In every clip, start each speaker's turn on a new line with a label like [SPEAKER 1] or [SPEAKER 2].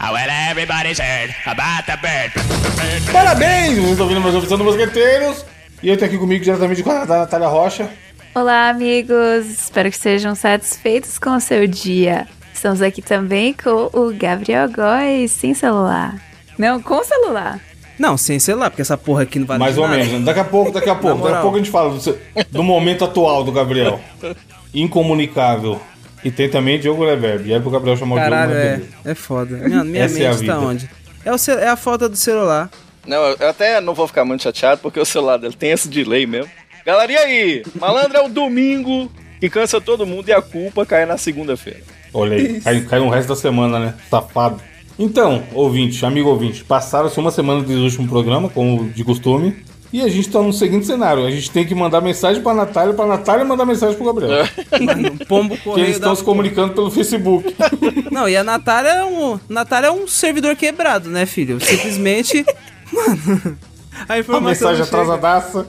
[SPEAKER 1] Well, everybody's heard about the bird.
[SPEAKER 2] Parabéns! Vocês estão ouvindo mais uma opção do Mosqueteiros. E eu tô aqui comigo diretamente com a Natália Rocha.
[SPEAKER 3] Olá, amigos! Espero que sejam satisfeitos com o seu dia. Estamos aqui também com o Gabriel Góes, sem celular. Não, com celular.
[SPEAKER 4] Não, sem celular, porque essa porra aqui não vale
[SPEAKER 2] mais
[SPEAKER 4] de
[SPEAKER 2] ou
[SPEAKER 4] nada.
[SPEAKER 2] menos. né? Daqui a pouco, daqui a pouco. Daqui a
[SPEAKER 4] moral.
[SPEAKER 2] pouco a gente fala do, seu- do momento atual do Gabriel. Incomunicável. E tem também Diogo Reverb. E aí pro Gabriel chamar
[SPEAKER 4] Caralho,
[SPEAKER 2] o Diogo né?
[SPEAKER 4] é.
[SPEAKER 2] Reverb.
[SPEAKER 4] É foda. Minha, minha
[SPEAKER 2] Essa é a
[SPEAKER 4] mente tá
[SPEAKER 2] vida.
[SPEAKER 4] onde? É, o ce- é a falta do celular.
[SPEAKER 5] Não, eu até não vou ficar muito chateado porque o celular dele tem esse delay mesmo. Galera, e aí? Malandro é o domingo que cansa todo mundo e a culpa cai na segunda-feira.
[SPEAKER 2] Olha aí. Cai, caiu o resto da semana, né? Safado. Então, ouvinte, amigo ouvinte, passaram-se uma semana desde o último programa, como de costume. E a gente tá no seguinte cenário: a gente tem que mandar mensagem pra Natália, pra Natália mandar mensagem pro Gabriel.
[SPEAKER 4] Mano, um pombo
[SPEAKER 2] Porque eles
[SPEAKER 4] correio da...
[SPEAKER 2] estão se comunicando pelo Facebook.
[SPEAKER 4] Não, e a Natália é um. Natália é um servidor quebrado, né, filho? Simplesmente. Mano. A
[SPEAKER 2] Uma
[SPEAKER 4] informação.
[SPEAKER 2] mensagem
[SPEAKER 4] não chega.
[SPEAKER 2] atrasadaça.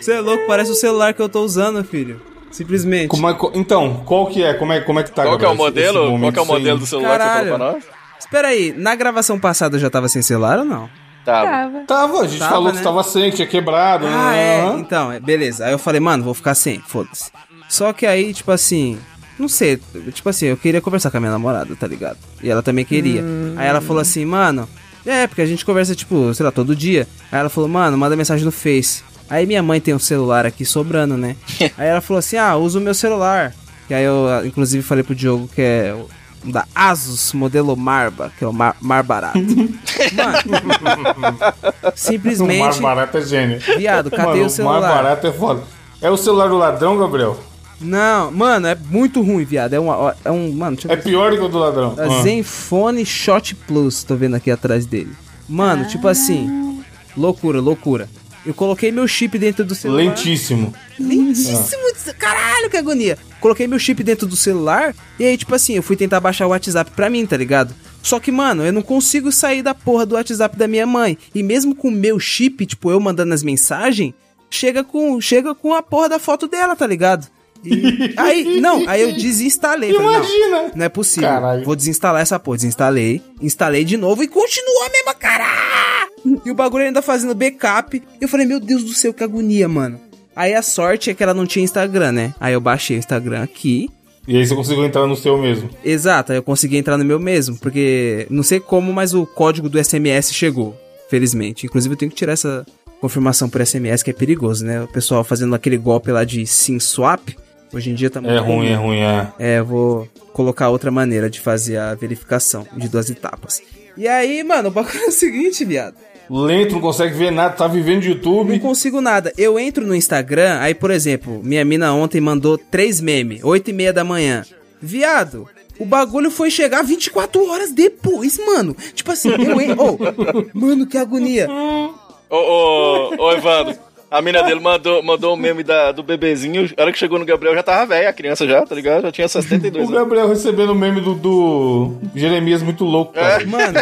[SPEAKER 4] Você é louco, parece o celular que eu tô usando, filho. Simplesmente.
[SPEAKER 2] Como é- então, qual que é? Como é, como é que tá
[SPEAKER 5] Qual que é o
[SPEAKER 2] Gabriel, esse- esse
[SPEAKER 5] modelo? Qual
[SPEAKER 2] momento
[SPEAKER 5] que é o
[SPEAKER 2] sem-
[SPEAKER 5] modelo do celular que você falou pra
[SPEAKER 4] Caralho.
[SPEAKER 5] nós?
[SPEAKER 4] Espera aí, na gravação passada eu já tava sem celular ou não?
[SPEAKER 5] Tá.
[SPEAKER 3] Tava.
[SPEAKER 2] Tava, a gente
[SPEAKER 4] Tava,
[SPEAKER 2] falou que
[SPEAKER 4] né?
[SPEAKER 2] estava sem, que tinha quebrado.
[SPEAKER 4] Ah,
[SPEAKER 2] né?
[SPEAKER 4] é.
[SPEAKER 2] Aham.
[SPEAKER 4] Então, é, beleza. Aí eu falei, mano, vou ficar sem, foda-se. Só que aí, tipo assim, não sei, tipo assim, eu queria conversar com a minha namorada, tá ligado? E ela também queria. Aí ela falou assim, mano, é, porque a gente conversa, tipo, sei lá, todo dia. Aí ela falou, mano, manda mensagem no Face. Aí minha mãe tem um celular aqui sobrando, né? aí ela falou assim, ah, usa o meu celular. Que aí eu, ah, inclusive, falei pro Diogo que é o- um da Asus, modelo Marba, que é o mar, mar barato. Mano,
[SPEAKER 2] O mais
[SPEAKER 4] simplesmente,
[SPEAKER 2] barato é gênio.
[SPEAKER 4] viado, cadê
[SPEAKER 2] Mano,
[SPEAKER 4] o celular?
[SPEAKER 2] mais barato é foda. É o celular do ladrão, Gabriel?
[SPEAKER 4] Não, mano, é muito ruim, viado. É, uma, é um. Mano, deixa eu
[SPEAKER 2] É
[SPEAKER 4] ver.
[SPEAKER 2] pior que o do ladrão.
[SPEAKER 4] É
[SPEAKER 2] Ah.
[SPEAKER 4] Zenfone Shot Plus, tô vendo aqui atrás dele. Mano, tipo assim. Loucura, loucura. Eu coloquei meu chip dentro do celular.
[SPEAKER 2] Lentíssimo.
[SPEAKER 4] Lentíssimo. Caralho, que agonia. Coloquei meu chip dentro do celular. E aí, tipo assim, eu fui tentar baixar o WhatsApp pra mim, tá ligado? Só que, mano, eu não consigo sair da porra do WhatsApp da minha mãe. E mesmo com o meu chip, tipo, eu mandando as mensagens, chega com, chega com a porra da foto dela, tá ligado? E- aí, não, aí eu desinstalei. falei, não,
[SPEAKER 2] Imagina.
[SPEAKER 4] não é possível.
[SPEAKER 2] Caralho.
[SPEAKER 4] Vou desinstalar essa porra. Desinstalei, instalei de novo e continuou a mesma cara. E o bagulho ainda fazendo backup. Eu falei, meu Deus do céu, que agonia, mano. Aí a sorte é que ela não tinha Instagram, né? Aí eu baixei o Instagram aqui.
[SPEAKER 2] E aí você conseguiu entrar no seu mesmo.
[SPEAKER 4] Exato, aí eu consegui entrar no meu mesmo, porque não sei como, mas o código do SMS chegou, felizmente. Inclusive eu tenho que tirar essa confirmação por SMS que é perigoso, né? O pessoal fazendo aquele golpe lá de SIM swap. Hoje em dia tá
[SPEAKER 2] É ruim, é ruim, é.
[SPEAKER 4] é, eu vou colocar outra maneira de fazer a verificação de duas etapas. E aí, mano, o bagulho é o seguinte, viado.
[SPEAKER 2] Lento, não consegue ver nada, tá vivendo de
[SPEAKER 4] Não
[SPEAKER 2] YouTube.
[SPEAKER 4] consigo nada. Eu entro no Instagram, aí, por exemplo, minha mina ontem mandou três memes, 8 e meia da manhã. Viado, o bagulho foi chegar 24 horas depois, mano. Tipo assim, eu en... oh, Mano, que agonia.
[SPEAKER 5] Ô, ô, ô, Evandro. A mina dele mandou, mandou o meme da, do bebezinho. A hora que chegou no Gabriel já tava velha, a criança já, tá ligado? Já tinha
[SPEAKER 2] O
[SPEAKER 5] 72 anos.
[SPEAKER 2] Gabriel recebendo o meme do, do Jeremias muito louco,
[SPEAKER 5] É.
[SPEAKER 2] cara.
[SPEAKER 4] Mano,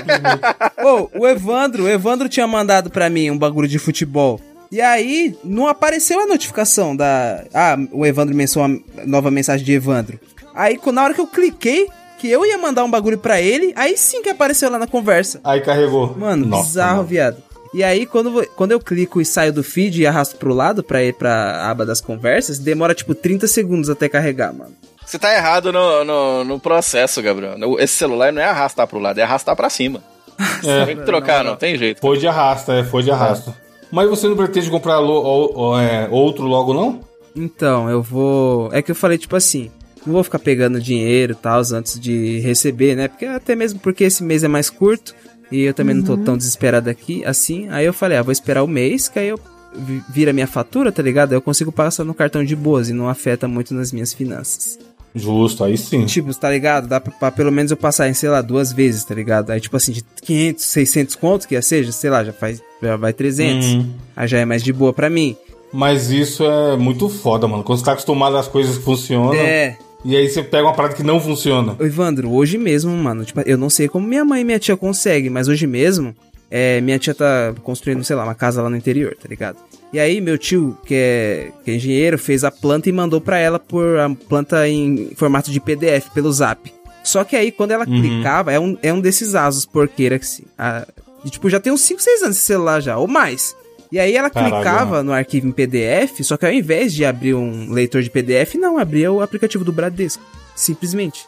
[SPEAKER 4] ô, o Evandro, o Evandro tinha mandado pra mim um bagulho de futebol. E aí, não apareceu a notificação da. Ah, o Evandro mencionou uma nova mensagem de Evandro. Aí, co- na hora que eu cliquei, que eu ia mandar um bagulho pra ele, aí sim que apareceu lá na conversa.
[SPEAKER 2] Aí carregou.
[SPEAKER 4] Mano,
[SPEAKER 2] Nossa,
[SPEAKER 4] bizarro,
[SPEAKER 2] mano.
[SPEAKER 4] viado. E aí, quando, vo- quando eu clico e saio do feed e arrasto pro lado pra ir pra aba das conversas, demora tipo 30 segundos até carregar, mano.
[SPEAKER 5] Você tá errado no, no, no processo, Gabriel. No- Esse celular não é arrastar pro lado, é arrastar pra cima.
[SPEAKER 2] É.
[SPEAKER 5] Tem que trocar, não, tem jeito.
[SPEAKER 2] Foi de arrasta, é, foi de arrasta. Mas você não pretende comprar lo- ou- ou, é, outro logo, não?
[SPEAKER 4] Então, eu vou. É que eu falei, tipo assim, não vou ficar pegando dinheiro e tal antes de receber, né? Porque até mesmo porque esse mês é mais curto e eu também não tô tão desesperado aqui assim. Aí eu falei, ah, vou esperar o mês, que aí eu vi- vira minha fatura, tá ligado? Aí eu consigo passar no cartão de boas e não afeta muito nas minhas finanças.
[SPEAKER 2] Justo, aí sim.
[SPEAKER 4] Tipo, tá ligado? Dá pra, pra pelo menos eu passar em, sei lá, duas vezes, tá ligado? Aí, tipo assim, de 500, 600 conto que ia seja, sei lá, já faz, já vai 300.
[SPEAKER 2] Uhum.
[SPEAKER 4] Aí já é mais de boa pra mim.
[SPEAKER 2] Mas isso é muito foda, mano. Quando você tá acostumado às coisas que funcionam,
[SPEAKER 4] É,
[SPEAKER 2] e aí você pega uma parada que não funciona.
[SPEAKER 4] Ô, Evandro, hoje mesmo, mano, tipo, eu não sei como minha mãe e minha tia conseguem, mas hoje mesmo, é, minha tia tá construindo, sei lá, uma casa lá no interior, tá ligado? E aí, meu tio, que é, que é engenheiro, fez a planta e mandou pra ela por a planta em formato de PDF pelo zap. Só que aí, quando ela clicava, é um, é um desses asos porqueira que se. a- e, tipo, já tem uns 5, 6 anos esse celular já, ou mais. E aí ela
[SPEAKER 2] Caralho,
[SPEAKER 4] clicava no arquivo em PDF, só que ao invés de abrir um leitor de PDF, não, abria o aplicativo do Bradesco. Simplesmente.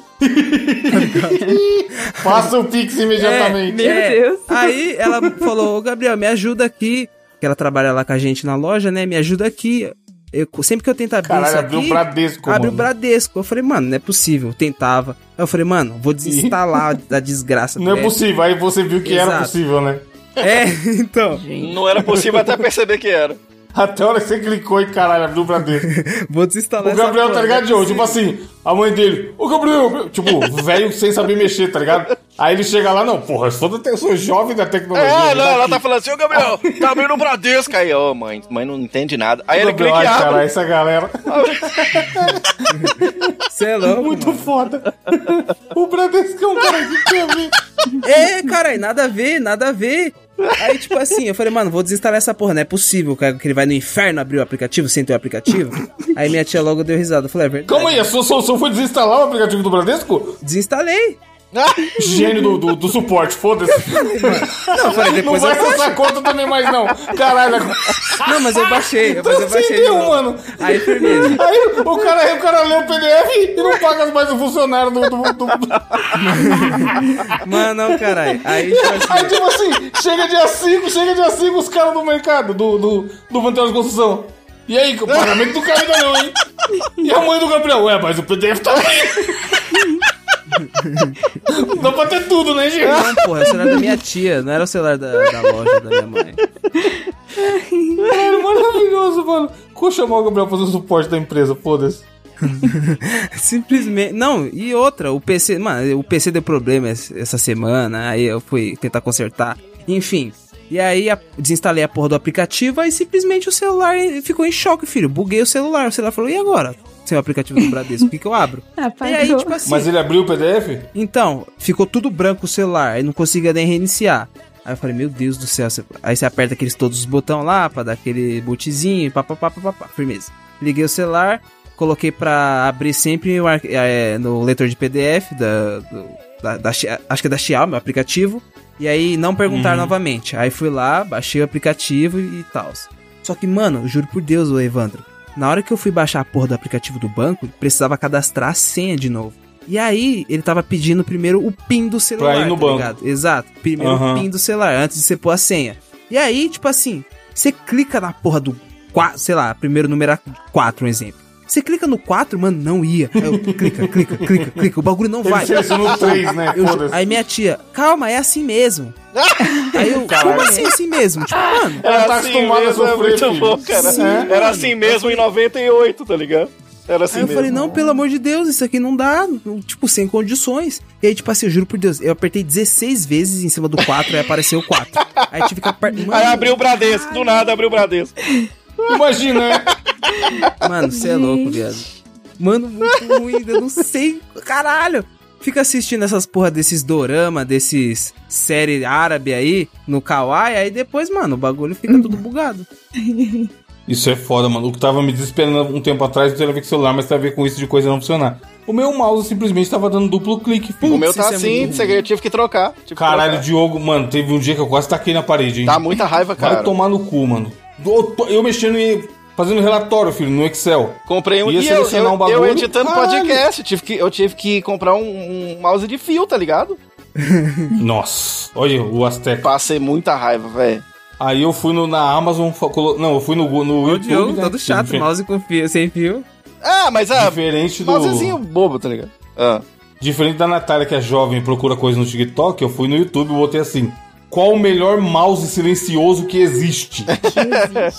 [SPEAKER 2] Faça o Pix imediatamente.
[SPEAKER 3] É, Meu Deus.
[SPEAKER 4] É. Aí ela falou, ô Gabriel, me ajuda aqui. Que ela trabalha lá com a gente na loja, né? Me ajuda aqui. Eu, sempre que eu tento abrir isso
[SPEAKER 2] Caralho,
[SPEAKER 4] aqui,
[SPEAKER 2] abriu o Bradesco,
[SPEAKER 4] abre o
[SPEAKER 2] mano.
[SPEAKER 4] Bradesco. Eu falei, mano, não é possível. Eu Tentava. Aí eu falei, mano, vou desinstalar da desgraça.
[SPEAKER 2] Não é
[SPEAKER 4] do
[SPEAKER 2] possível. Aí você viu que era
[SPEAKER 4] Exato.
[SPEAKER 2] possível, né?
[SPEAKER 4] app. É, então.
[SPEAKER 5] Não era possível até perceber que era.
[SPEAKER 2] Até a hora que você clicou e caralho, abriu o Bradesco.
[SPEAKER 4] Vou desinstalar
[SPEAKER 2] O Gabriel,
[SPEAKER 4] essa
[SPEAKER 2] tá
[SPEAKER 4] porra,
[SPEAKER 2] ligado,
[SPEAKER 4] não é
[SPEAKER 2] Joe? Tipo
[SPEAKER 4] possível.
[SPEAKER 2] assim, a mãe dele, ô Gabriel, meu", tipo, velho sem saber mexer, tá ligado? Aí ele chega lá, não, porra, eu sou, da te- eu sou jovem da tecnologia.
[SPEAKER 5] É,
[SPEAKER 2] me
[SPEAKER 5] não,
[SPEAKER 2] dá
[SPEAKER 5] ela
[SPEAKER 2] aqui.
[SPEAKER 5] tá falando assim, ô Gabriel, tá abrindo o Bradesco. Aí, ô mãe, mãe não entende nada.
[SPEAKER 6] é,
[SPEAKER 5] Aí ele
[SPEAKER 2] Gabriel,
[SPEAKER 5] clica e
[SPEAKER 2] ai,
[SPEAKER 5] abre.
[SPEAKER 2] cara, essa galera.
[SPEAKER 4] Cê é louco,
[SPEAKER 2] Muito foda. O Bradesco é um cara que quer ver.
[SPEAKER 4] É, caralho, nada a ver, nada a ver. Aí, tipo assim, eu falei, mano, vou desinstalar essa porra, não é possível cara, que ele vai no inferno abrir o aplicativo sem ter o aplicativo. Aí minha tia logo deu risada. Eu falei, é verdade.
[SPEAKER 2] Calma aí, a sua solução foi desinstalar o aplicativo do Bradesco?
[SPEAKER 4] Desinstalei.
[SPEAKER 2] Gênio do, do, do suporte, foda-se.
[SPEAKER 4] Não, eu falei,
[SPEAKER 2] Não
[SPEAKER 4] depois
[SPEAKER 2] vai
[SPEAKER 4] eu
[SPEAKER 2] com essa conta também mais, não. Caralho, agora.
[SPEAKER 4] Não, mas eu baixei, eu- mas eu
[SPEAKER 2] Então você
[SPEAKER 4] baixei. de
[SPEAKER 2] deu,
[SPEAKER 4] novo.
[SPEAKER 2] mano.
[SPEAKER 4] Aí, firmeza.
[SPEAKER 2] Aí o cara, o cara lê o PDF e não paga mais o funcionário do. do, do-
[SPEAKER 4] Mano, não, caralho. Aí, tipo assim,
[SPEAKER 2] Aí tipo assim, chega dia 5, chega dia 5 os caras do mercado, do, do, do Material de Construção. E aí, o pagamento do cara ainda não, hein? E a mãe do Gabriel, ué, mas o PDF tá aí. Dá pra ter tudo, né, gente?
[SPEAKER 4] não, porra, é o celular da minha tia, não era o celular da, da loja da minha mãe.
[SPEAKER 2] Caralho, maravilhoso, mano. Vou chamar o Gabriel pra fazer o suporte da empresa, foda-se.
[SPEAKER 4] Simplesmente. Não, e outra, o PC. Mano, o PC deu problema es- essa semana, aí eu fui tentar consertar. Enfim. E aí a- desinstalei a porra do aplicativo, aí simplesmente o celular e- ficou em choque, filho. Buguei o celular. O celular falou, e agora? Sem o aplicativo do Bradesco, o que, que eu abro?
[SPEAKER 3] Ah, Apagou.
[SPEAKER 4] E aí, tipo assim.
[SPEAKER 2] Mas ele abriu o PDF?
[SPEAKER 4] Então, ficou tudo branco o celular, aí não conseguia nem reiniciar. Aí eu falei, meu Deus do céu. você- Aí você aperta aqueles todos os botões lá pra dar aquele bootzinho, papapá, papapá, firmeza. Liguei o celular, coloquei pra abrir sempre o ar- eh, no leitor de PDF, da, do- da- da Xi- acho que é da Xiaomi, o aplicativo. E aí não perguntaram
[SPEAKER 2] Uhum.
[SPEAKER 4] novamente. Aí fui lá, baixei o aplicativo e tal. Só que, mano, juro por Deus, ô Evandro. Na hora que eu fui baixar a porra do aplicativo do banco, precisava cadastrar a senha de novo. E aí, ele tava pedindo primeiro o PIN do celular.
[SPEAKER 2] Pra ir no
[SPEAKER 4] tá
[SPEAKER 2] banco.
[SPEAKER 4] ligado? Exato. Primeiro
[SPEAKER 2] Aham.
[SPEAKER 4] o PIN do celular, antes de você pôr a senha. E aí, tipo assim, você clica na porra do. qua- Sei lá, primeiro número 4, um exemplo. Você clica no 4, mano, não ia. Aí eu, clica, clica, clica, clica. O bagulho não
[SPEAKER 2] Ele
[SPEAKER 4] vai.
[SPEAKER 5] assim,
[SPEAKER 2] selecionou três, né?
[SPEAKER 4] Eu-
[SPEAKER 2] Foda-se.
[SPEAKER 4] aí minha tia, calma, é assim mesmo. aí eu,
[SPEAKER 2] Caralho.
[SPEAKER 4] como assim assim mesmo?
[SPEAKER 5] É
[SPEAKER 4] Tipo, mano,
[SPEAKER 2] Ela tá acostumada a
[SPEAKER 5] mesmo, é
[SPEAKER 2] sofrer,
[SPEAKER 5] muito
[SPEAKER 2] filho.
[SPEAKER 5] bom, cara. Era assim mesmo em 98, tá ligado? Era assim
[SPEAKER 4] Aí eu
[SPEAKER 5] mesmo.
[SPEAKER 4] falei, não, pelo amor de Deus, isso aqui não dá, não- tipo, sem condições. E aí, tipo assim, eu juro por Deus, eu apertei 16 vezes em cima do 4, aí apareceu o 4. Aí tive que apertar.
[SPEAKER 5] Aí
[SPEAKER 4] Mano,
[SPEAKER 5] abriu o Bradesco, do nada abriu o Bradesco.
[SPEAKER 2] Imagina, né?
[SPEAKER 4] mano, você é louco, viado. Mano, muito ruim, eu não sei, caralho. Fica assistindo essas porra desses dorama, desses série árabe aí, no Kawaii, aí depois, mano, o bagulho fica tudo bugado.
[SPEAKER 2] Isso é foda, mano. O que tava me desesperando um tempo atrás não tem a ver com o celular, mas tem a ver com isso de coisa não funcionar. O meu mouse simplesmente tava dando duplo clique. filho.
[SPEAKER 5] o meu
[SPEAKER 4] isso
[SPEAKER 5] tá
[SPEAKER 4] é
[SPEAKER 5] assim,
[SPEAKER 4] muito
[SPEAKER 5] eu tive que trocar. tive que
[SPEAKER 2] Caralho,
[SPEAKER 5] trocar.
[SPEAKER 2] Diogo, mano, teve um dia que eu quase taquei na parede, hein?
[SPEAKER 5] Dá muita raiva,
[SPEAKER 2] Vai
[SPEAKER 5] Tá, cara.
[SPEAKER 2] tomar no cu, mano. Eu tô- Eu mexendo em. fazendo relatório, filho, no Excel.
[SPEAKER 5] Comprei um
[SPEAKER 2] Ia
[SPEAKER 5] e eu,
[SPEAKER 2] selecionar
[SPEAKER 5] eu,
[SPEAKER 2] um bagulho,
[SPEAKER 5] eu editando
[SPEAKER 2] caralho.
[SPEAKER 5] podcast. Tive que, eu tive que comprar um, um mouse de fio, tá ligado?
[SPEAKER 2] Nossa. Olha o Azteca.
[SPEAKER 5] Passei muita raiva, velho.
[SPEAKER 2] Aí eu fui no, na Amazon. fa- colo- Não, eu fui no, Gu- no
[SPEAKER 4] O
[SPEAKER 2] YouTube.
[SPEAKER 4] Diogo,
[SPEAKER 2] né?
[SPEAKER 4] todo chato,
[SPEAKER 2] Difer-
[SPEAKER 4] mouse com fio, sem fio.
[SPEAKER 5] Ah, mas ah,
[SPEAKER 2] Diferente do.
[SPEAKER 5] mousezinho bobo, tá ligado? Ah.
[SPEAKER 2] Diferente da Natália, que é jovem e procura coisa no TikTok, eu fui no YouTube e botei assim: qual o melhor mouse silencioso que existe?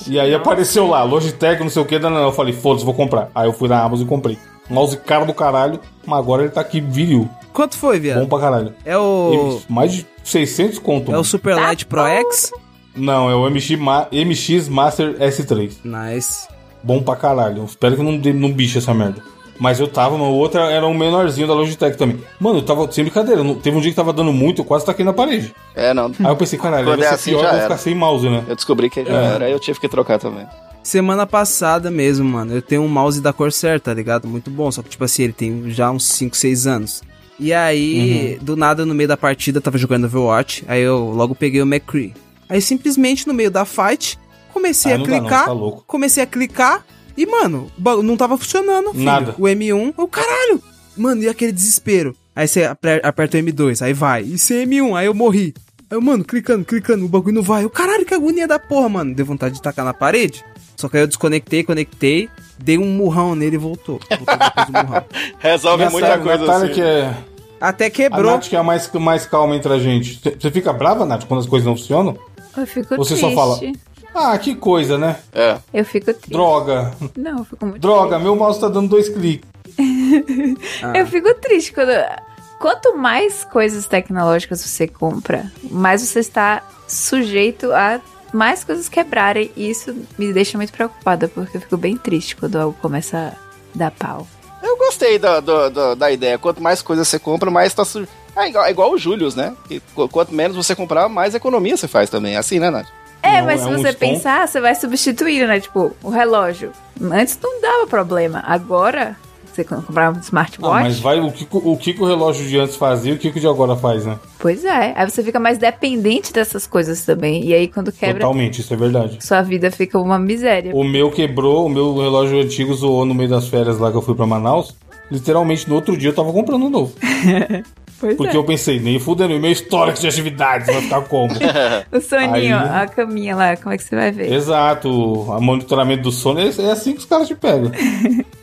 [SPEAKER 2] e aí apareceu lá, Logitech, não sei o que, eu falei, foda-se, vou comprar. Aí eu fui na Amazon e comprei. Mouse caro do caralho, mas agora ele tá aqui viril.
[SPEAKER 4] Quanto foi,
[SPEAKER 2] Bom
[SPEAKER 4] viado?
[SPEAKER 2] pra caralho.
[SPEAKER 4] É o.
[SPEAKER 2] E Mais de 600 conto.
[SPEAKER 4] É o
[SPEAKER 2] mano.
[SPEAKER 4] Super Light Pro X?
[SPEAKER 2] Não, é o MX, Ma- MX Master S3.
[SPEAKER 4] Nice.
[SPEAKER 2] Bom pra caralho. Eu espero que não, dê- não biche essa merda. Mas eu tava, mano, o outro era um menorzinho da Logitech também. Mano, eu tava sem brincadeira. eu não- Teve um dia que tava dando muito, eu quase taquei na parede.
[SPEAKER 5] É, não.
[SPEAKER 2] Aí eu pensei, caralho,
[SPEAKER 5] Quando
[SPEAKER 2] vai
[SPEAKER 5] é
[SPEAKER 2] ser
[SPEAKER 5] assim,
[SPEAKER 2] pior,
[SPEAKER 5] já
[SPEAKER 2] eu vou
[SPEAKER 5] era.
[SPEAKER 2] ficar sem mouse, né?
[SPEAKER 5] Eu descobri que já
[SPEAKER 2] É.
[SPEAKER 5] era, aí eu tive que trocar também.
[SPEAKER 4] Semana passada mesmo, mano, eu tenho um mouse da Corsair, tá ligado? Muito bom, só que tipo assim, ele tem já uns 5, 6 anos. E aí,
[SPEAKER 2] Uhum.
[SPEAKER 4] do nada, no meio da partida, eu tava jogando Overwatch. Aí eu logo peguei o McCree. Aí simplesmente no meio da fight, comecei
[SPEAKER 2] Ah,
[SPEAKER 4] a
[SPEAKER 2] não dá não,
[SPEAKER 4] clicar.
[SPEAKER 2] tá louco.
[SPEAKER 4] comecei a clicar. E, mano, o bagulho não tava funcionando. Filho.
[SPEAKER 2] Nada.
[SPEAKER 4] O M1, o caralho. Mano, e aquele desespero? Aí você apre- aperta o M2, aí vai. E sem M1, aí eu morri. Aí eu, mano, clicando, clicando, o bagulho não vai. O caralho, que agonia da porra, mano. Deu vontade de tacar na parede. Só que aí eu desconectei, conectei, dei um murrão nele e voltou. Voltou depois do murrão.
[SPEAKER 5] Resolve muita
[SPEAKER 2] Natália-
[SPEAKER 5] coisa
[SPEAKER 2] Natália
[SPEAKER 5] assim.
[SPEAKER 2] que é...
[SPEAKER 4] Até
[SPEAKER 2] A
[SPEAKER 4] quebrou.
[SPEAKER 2] Nath que é a mais, mais calma entre a gente. Você- Você fica brava, Nath, quando as coisas não funcionam?
[SPEAKER 3] Eu fico
[SPEAKER 2] Você
[SPEAKER 3] triste.
[SPEAKER 2] só fala, ah, que coisa, né?
[SPEAKER 5] É.
[SPEAKER 3] Eu fico triste.
[SPEAKER 2] Droga,
[SPEAKER 3] Não, eu fico muito
[SPEAKER 2] droga, Ah. meu mouse tá dando dois cliques.
[SPEAKER 3] Eu fico triste quando. Quanto mais coisas tecnológicas você compra, mais você está sujeito a mais coisas quebrarem. E isso me deixa muito preocupada, porque eu fico bem triste quando algo começa a dar pau.
[SPEAKER 5] Eu gostei da, da- da- da ideia. Quanto mais coisa você compra, mais tá su... É igual, é igual o Július, né? Que qu- quanto menos você comprar, mais economia você faz também. Assim, né, Nath?
[SPEAKER 3] É,
[SPEAKER 2] Não,
[SPEAKER 3] mas se
[SPEAKER 2] é um
[SPEAKER 3] você
[SPEAKER 2] desconto.
[SPEAKER 3] pensar, você vai substituindo, né? Tipo, o relógio. Antes não dava problema. Agora, você quando comprava um
[SPEAKER 2] Ah,
[SPEAKER 3] smartwatch,
[SPEAKER 2] mas vai, o que, co- o que que o relógio de antes fazia, o que que o de agora faz, né?
[SPEAKER 3] pois é. Aí você fica mais dependente dessas coisas também. E aí quando quebra,
[SPEAKER 2] Totalmente, isso é verdade.
[SPEAKER 3] sua vida fica uma miséria.
[SPEAKER 2] O meu quebrou, o meu relógio antigo zoou no meio das férias lá que eu fui pra Manaus. Literalmente, no outro dia eu tava comprando um novo.
[SPEAKER 3] Pois é.
[SPEAKER 2] Porque eu pensei, nem fudendo, e meu histórico de atividades vai ficar como?
[SPEAKER 3] O soninho,
[SPEAKER 2] Aí-
[SPEAKER 3] ó, a caminha lá, como é que você vai ver?
[SPEAKER 2] Exato, o monitoramento do sono é, é assim que os caras te pegam.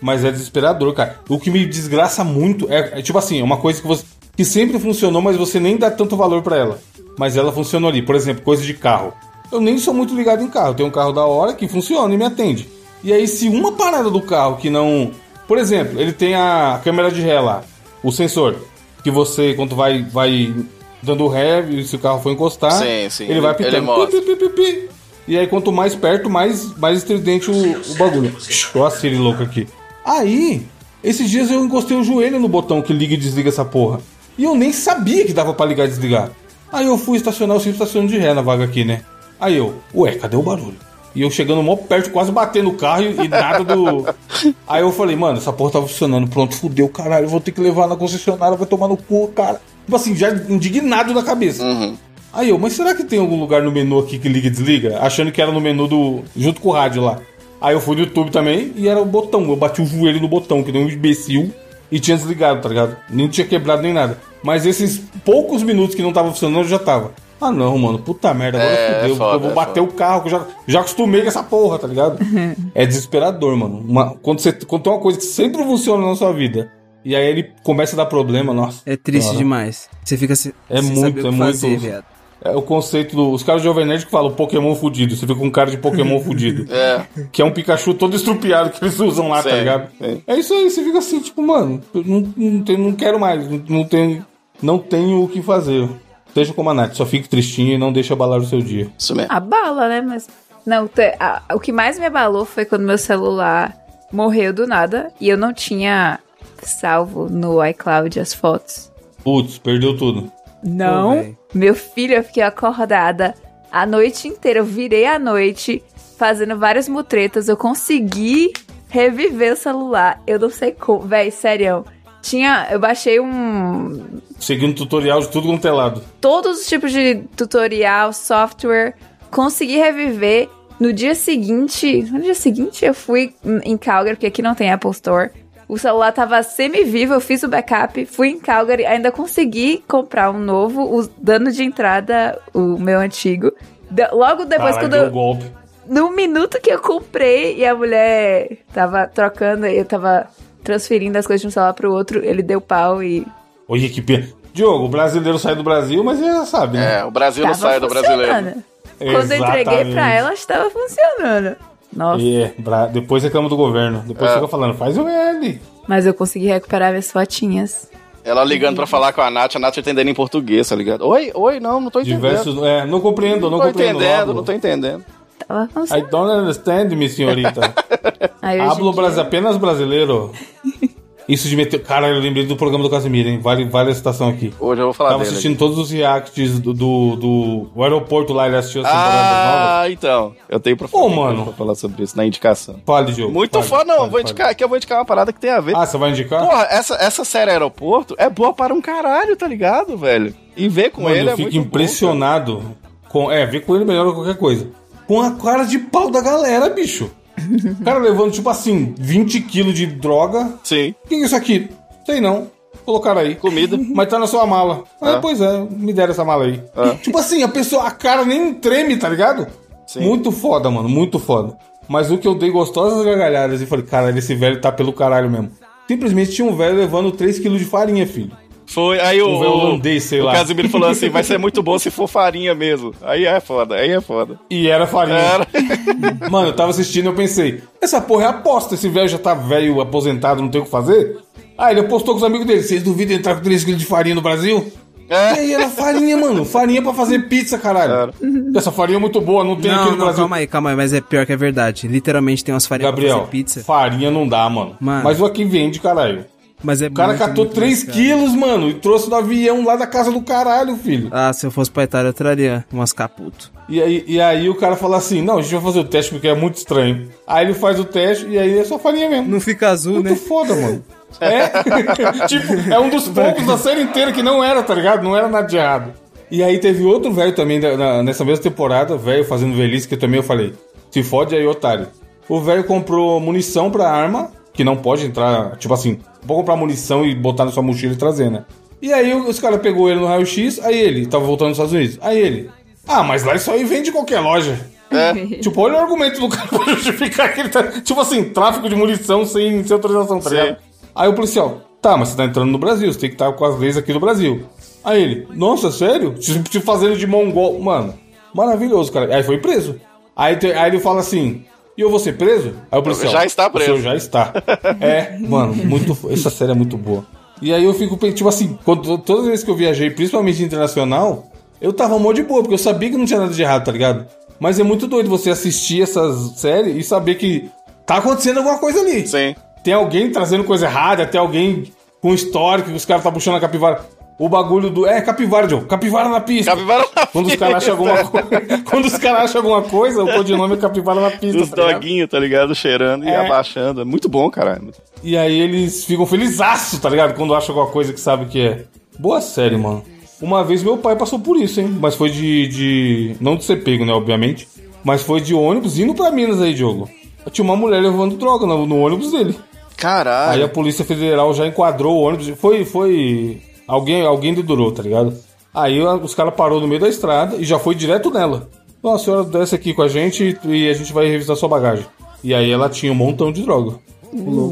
[SPEAKER 2] Mas é desesperador, cara. O que me desgraça muito é, é tipo assim, é uma coisa que você que sempre funcionou, mas você nem dá tanto valor pra ela. Mas ela funcionou ali, por exemplo, coisa de carro. Eu nem sou muito ligado em carro, eu tenho um carro da hora que funciona e me atende. E aí se uma parada do carro que não, por exemplo, ele tem a câmera de ré lá, o sensor que você quando vai vai dando ré e se o carro for encostar,
[SPEAKER 5] Sim, sim,
[SPEAKER 2] ele,
[SPEAKER 5] ele-
[SPEAKER 2] vai
[SPEAKER 5] ele
[SPEAKER 2] pitando.
[SPEAKER 5] mostra.
[SPEAKER 2] Pi, pi, pi, pi. E aí, quanto mais perto, mais, mais estridente o, o bagulho. Ó a Siri louca aqui. Aí, esses dias eu encostei o joelho no botão que liga e desliga essa porra. E eu nem sabia que dava pra ligar e desligar. Aí eu fui estacionar, eu sempre estaciono de ré na vaga aqui, né? Aí eu, ué, cadê o barulho? E eu chegando mó perto, quase batendo no carro e, e nada do. Aí eu falei, mano, essa porra tá funcionando, pronto, fudeu, caralho, vou ter que levar na concessionária, vai tomar no cu, cara. Tipo assim, já indignado na cabeça. Aí eu, mas será que tem algum lugar no menu aqui que liga e desliga? Achando que era no menu do. junto com o rádio lá. Aí eu fui no YouTube também e era o botão. Eu bati o joelho no botão, que nem um imbecil, e tinha desligado, tá ligado? Nem tinha quebrado nem nada. Mas esses poucos minutos que não tava funcionando, eu já tava. Ah não, mano, puta merda, agora
[SPEAKER 5] É,
[SPEAKER 2] fudeu.
[SPEAKER 5] é foda,
[SPEAKER 2] eu vou
[SPEAKER 5] é
[SPEAKER 2] bater
[SPEAKER 5] foda.
[SPEAKER 2] o carro, que eu já, já acostumei com essa porra, tá ligado? é desesperador, mano. Uma- quando, você, quando tem uma coisa que sempre funciona na sua vida, e aí ele começa a dar problema, nossa.
[SPEAKER 4] É triste
[SPEAKER 2] Senhora.
[SPEAKER 4] demais. Você fica se,
[SPEAKER 2] É
[SPEAKER 4] sem
[SPEAKER 2] muito,
[SPEAKER 4] saber o que
[SPEAKER 2] é muito.
[SPEAKER 4] fazer, viado.
[SPEAKER 2] É o conceito do. Os caras de Jovem Nerd que falam Pokémon fudido. Você fica com um cara de Pokémon fudido.
[SPEAKER 5] É.
[SPEAKER 2] Que é um Pikachu todo estrupiado que eles usam lá, tá
[SPEAKER 5] Sério,
[SPEAKER 2] ligado?
[SPEAKER 5] sério.
[SPEAKER 2] É isso aí, você fica assim, tipo, mano, eu não, não, tenho- não quero mais, não, não tenho, não tenho o que fazer. Seja como a Nath, só fique tristinho e não deixe abalar o seu dia.
[SPEAKER 5] Isso mesmo.
[SPEAKER 3] Abala, né? Mas. Não, te- a- o que mais me abalou foi quando meu celular morreu do nada e eu não tinha salvo no iCloud as fotos.
[SPEAKER 2] Putz, perdeu tudo.
[SPEAKER 4] Não.
[SPEAKER 3] Não. meu filho, eu fiquei acordada a noite inteira. Eu virei a noite fazendo várias mutretas. Eu consegui reviver o celular. Eu não sei como. Véi, sério. Tinha. Eu baixei um.
[SPEAKER 2] Seguindo tutorial de tudo quanto é lado.
[SPEAKER 3] todos os tipos de tutorial, software, consegui reviver. No dia seguinte, no dia seguinte eu fui em Calgary, porque aqui não tem Apple Store. O celular tava semi-vivo, eu fiz o backup, fui em Calgary, ainda consegui comprar um novo, us- dando de entrada o meu antigo. Da- Logo depois,
[SPEAKER 2] Caralho,
[SPEAKER 3] quando
[SPEAKER 2] deu
[SPEAKER 3] eu
[SPEAKER 2] um golpe.
[SPEAKER 3] no minuto que eu comprei e a mulher tava trocando, eu tava transferindo as coisas de um celular pro outro, ele deu pau e
[SPEAKER 2] Olha que pena. Diogo, o brasileiro sai do Brasil, mas já sabe, né?
[SPEAKER 5] É, o Brasil não
[SPEAKER 3] tava
[SPEAKER 5] sai do brasileiro.
[SPEAKER 3] funcionando. Quando eu entreguei pra
[SPEAKER 2] Exatamente.
[SPEAKER 3] ela, estava funcionando. Nossa,
[SPEAKER 2] E É, bra- depois reclama do governo. Depois
[SPEAKER 5] É.
[SPEAKER 2] fica falando, faz o L.
[SPEAKER 3] mas eu consegui recuperar minhas fotinhas.
[SPEAKER 5] Ela ligando pra falar com a Nath, a Nath entendendo em português, tá ligado? Oi, oi, não, não tô entendendo.
[SPEAKER 2] Diversos. É, não compreendo, não,
[SPEAKER 5] não tô
[SPEAKER 2] compreendo.
[SPEAKER 5] entendendo,
[SPEAKER 2] hablo.
[SPEAKER 5] não tô entendendo.
[SPEAKER 3] Tava
[SPEAKER 2] I
[SPEAKER 3] funcionando.
[SPEAKER 2] don't understand, minha senhorita.
[SPEAKER 3] Aí, hoje em
[SPEAKER 2] Hablo
[SPEAKER 3] dia-
[SPEAKER 2] brasi- apenas brasileiro. Isso de meter. Cara, eu lembrei do programa do Casimiro, hein? Vale, vale a citação aqui.
[SPEAKER 5] Hoje eu vou falar
[SPEAKER 2] Tava
[SPEAKER 5] dele.
[SPEAKER 2] assistindo todos os reacts do, do, do- o aeroporto lá, ele assistiu assim, as temporadas novas.
[SPEAKER 5] Ah, então. Eu tenho pra
[SPEAKER 2] né? Ô, mano.
[SPEAKER 5] pra falar sobre isso na indicação.
[SPEAKER 2] Fale, Diogo.
[SPEAKER 5] Muito
[SPEAKER 2] fale,
[SPEAKER 5] fã, não.
[SPEAKER 2] fale,
[SPEAKER 5] vou
[SPEAKER 2] fale.
[SPEAKER 5] indicar aqui, eu vou indicar uma parada que tem a ver.
[SPEAKER 2] Ah, você vai indicar?
[SPEAKER 5] Porra, essa, essa série Aeroporto é boa para um caralho, tá ligado, velho? E ver com
[SPEAKER 2] Mano,
[SPEAKER 5] ele
[SPEAKER 2] eu
[SPEAKER 5] é
[SPEAKER 2] fico
[SPEAKER 5] muito bom,
[SPEAKER 2] impressionado. com, é, ver com ele melhor que qualquer coisa. Com a cara de pau da galera, bicho. O cara levando, tipo assim, 20 quilos de droga.
[SPEAKER 5] cara. Sim.
[SPEAKER 2] O que é isso aqui? Sei não. Colocaram aí.
[SPEAKER 5] Comida.
[SPEAKER 2] Mas tá na sua mala. Ah,
[SPEAKER 5] É.
[SPEAKER 2] pois é, me deram essa mala aí.
[SPEAKER 5] É.
[SPEAKER 2] Tipo assim, a pessoa, a cara nem treme, tá ligado?
[SPEAKER 5] Sim.
[SPEAKER 2] Muito foda, mano, muito foda. Mas o que eu dei gostosas gargalhadas e falei, caralho, esse velho tá pelo caralho mesmo. Simplesmente tinha um velho levando 3kg de farinha, filho.
[SPEAKER 5] Foi, aí o,
[SPEAKER 2] Um holandês, sei
[SPEAKER 5] o
[SPEAKER 2] lá.
[SPEAKER 5] Casimiro falou assim, vai ser muito bom se for farinha mesmo. Aí é foda, aí é foda.
[SPEAKER 2] E era farinha.
[SPEAKER 5] Era.
[SPEAKER 2] Mano, eu tava assistindo e eu pensei, essa porra é aposta, esse velho já tá velho, aposentado, não tem o que fazer. Aí ele apostou com os amigos dele, vocês duvidam entrar com 3 quilos de farinha no Brasil?
[SPEAKER 5] É.
[SPEAKER 2] E aí era farinha, mano, farinha pra fazer pizza, caralho.
[SPEAKER 5] Era.
[SPEAKER 2] Essa farinha é muito boa, não tem aqui
[SPEAKER 4] Não,
[SPEAKER 2] no
[SPEAKER 4] não,
[SPEAKER 2] Brasil.
[SPEAKER 4] calma aí, calma aí, mas é pior que é verdade. Literalmente tem umas farinhas pra
[SPEAKER 2] Gabriel,
[SPEAKER 4] fazer pizza.
[SPEAKER 2] farinha não dá, mano.
[SPEAKER 4] Mano.
[SPEAKER 2] Mas o aqui vende, caralho.
[SPEAKER 4] Mas é
[SPEAKER 2] O cara
[SPEAKER 4] muito,
[SPEAKER 2] catou
[SPEAKER 4] muito
[SPEAKER 2] 3
[SPEAKER 4] mais caro.
[SPEAKER 2] quilos, mano, e trouxe no avião lá da casa do caralho, filho.
[SPEAKER 4] Ah, se eu fosse pra Itália, eu traria umas caputo.
[SPEAKER 2] E aí, e aí o cara fala assim, não, a gente vai fazer o teste porque é muito estranho. Aí ele faz o teste e aí é só farinha mesmo.
[SPEAKER 4] Não fica azul, né?
[SPEAKER 2] Muito foda, mano. É, tipo, é um dos poucos da série inteira que não era, tá ligado? Não era nada de errado. E aí teve outro velho também da- na- nessa mesma temporada, velho fazendo velhice, que também eu falei, se fode aí, otário. O velho comprou munição pra arma, que não pode entrar, tipo assim, vou comprar munição e botar na sua mochila e trazer, né? E aí os caras pegou ele no raio-x, aí ele, tava voltando nos Estados Unidos, aí ele, ah, mas lá isso aí vende em qualquer loja. Tipo, olha o argumento do cara pra justificar que ele tá. Tipo assim, tráfico de munição sem, sem autorização, tá
[SPEAKER 5] Sim.
[SPEAKER 2] ligado? Aí o policial, tá, mas você tá entrando no Brasil, você tem que estar com as leis aqui do Brasil. Aí ele, nossa, sério? Te, te fazendo de mongol. Mano, maravilhoso, cara. Aí foi preso. Aí, te- aí ele fala assim. E eu vou ser preso? Aí o policial.
[SPEAKER 5] Já está
[SPEAKER 2] "O senhor
[SPEAKER 5] preso."
[SPEAKER 2] já está. É, mano, muito. fo- Essa série é muito boa. E aí eu fico, pe- tipo assim, quando, todas as vezes que eu viajei, principalmente internacional, eu tava mó de boa, porque eu sabia que não tinha nada de errado, tá ligado? Mas é muito doido você assistir essas séries e saber que tá acontecendo alguma coisa ali.
[SPEAKER 5] Sim.
[SPEAKER 2] Tem alguém trazendo coisa errada, tem alguém com histórico, que os caras tá puxando a capivara. O bagulho do. É, capivara, Joe. Capivara na pista.
[SPEAKER 5] Capivara na
[SPEAKER 2] Quando os caras acham alguma coisa. Quando os caras acham alguma coisa, o codinome é capivara na pista.
[SPEAKER 5] Os
[SPEAKER 2] tá ligado?
[SPEAKER 5] doguinhos, tá ligado? Cheirando e
[SPEAKER 2] É.
[SPEAKER 5] abaixando. É Muito bom, cara.
[SPEAKER 2] E aí eles ficam felizaço, tá ligado? Quando acham alguma coisa que sabe que é. Boa série, mano. Uma vez meu pai passou por isso, hein? Mas foi de. de... Não de ser pego, né? Obviamente. Mas foi de ônibus indo pra Minas aí, Diogo. Tinha uma mulher levando droga no- no ônibus dele. Aí
[SPEAKER 5] Caralho.
[SPEAKER 6] Ah, é.
[SPEAKER 2] a Polícia Federal já enquadrou o ônibus. Foi, foi. Alguém, alguém dedurou, tá ligado? Aí a- os caras parou no meio da estrada e já foi direto nela. Então a senhora desce aqui com a gente e a gente vai revisar sua bagagem. E aí ela tinha um montão de droga.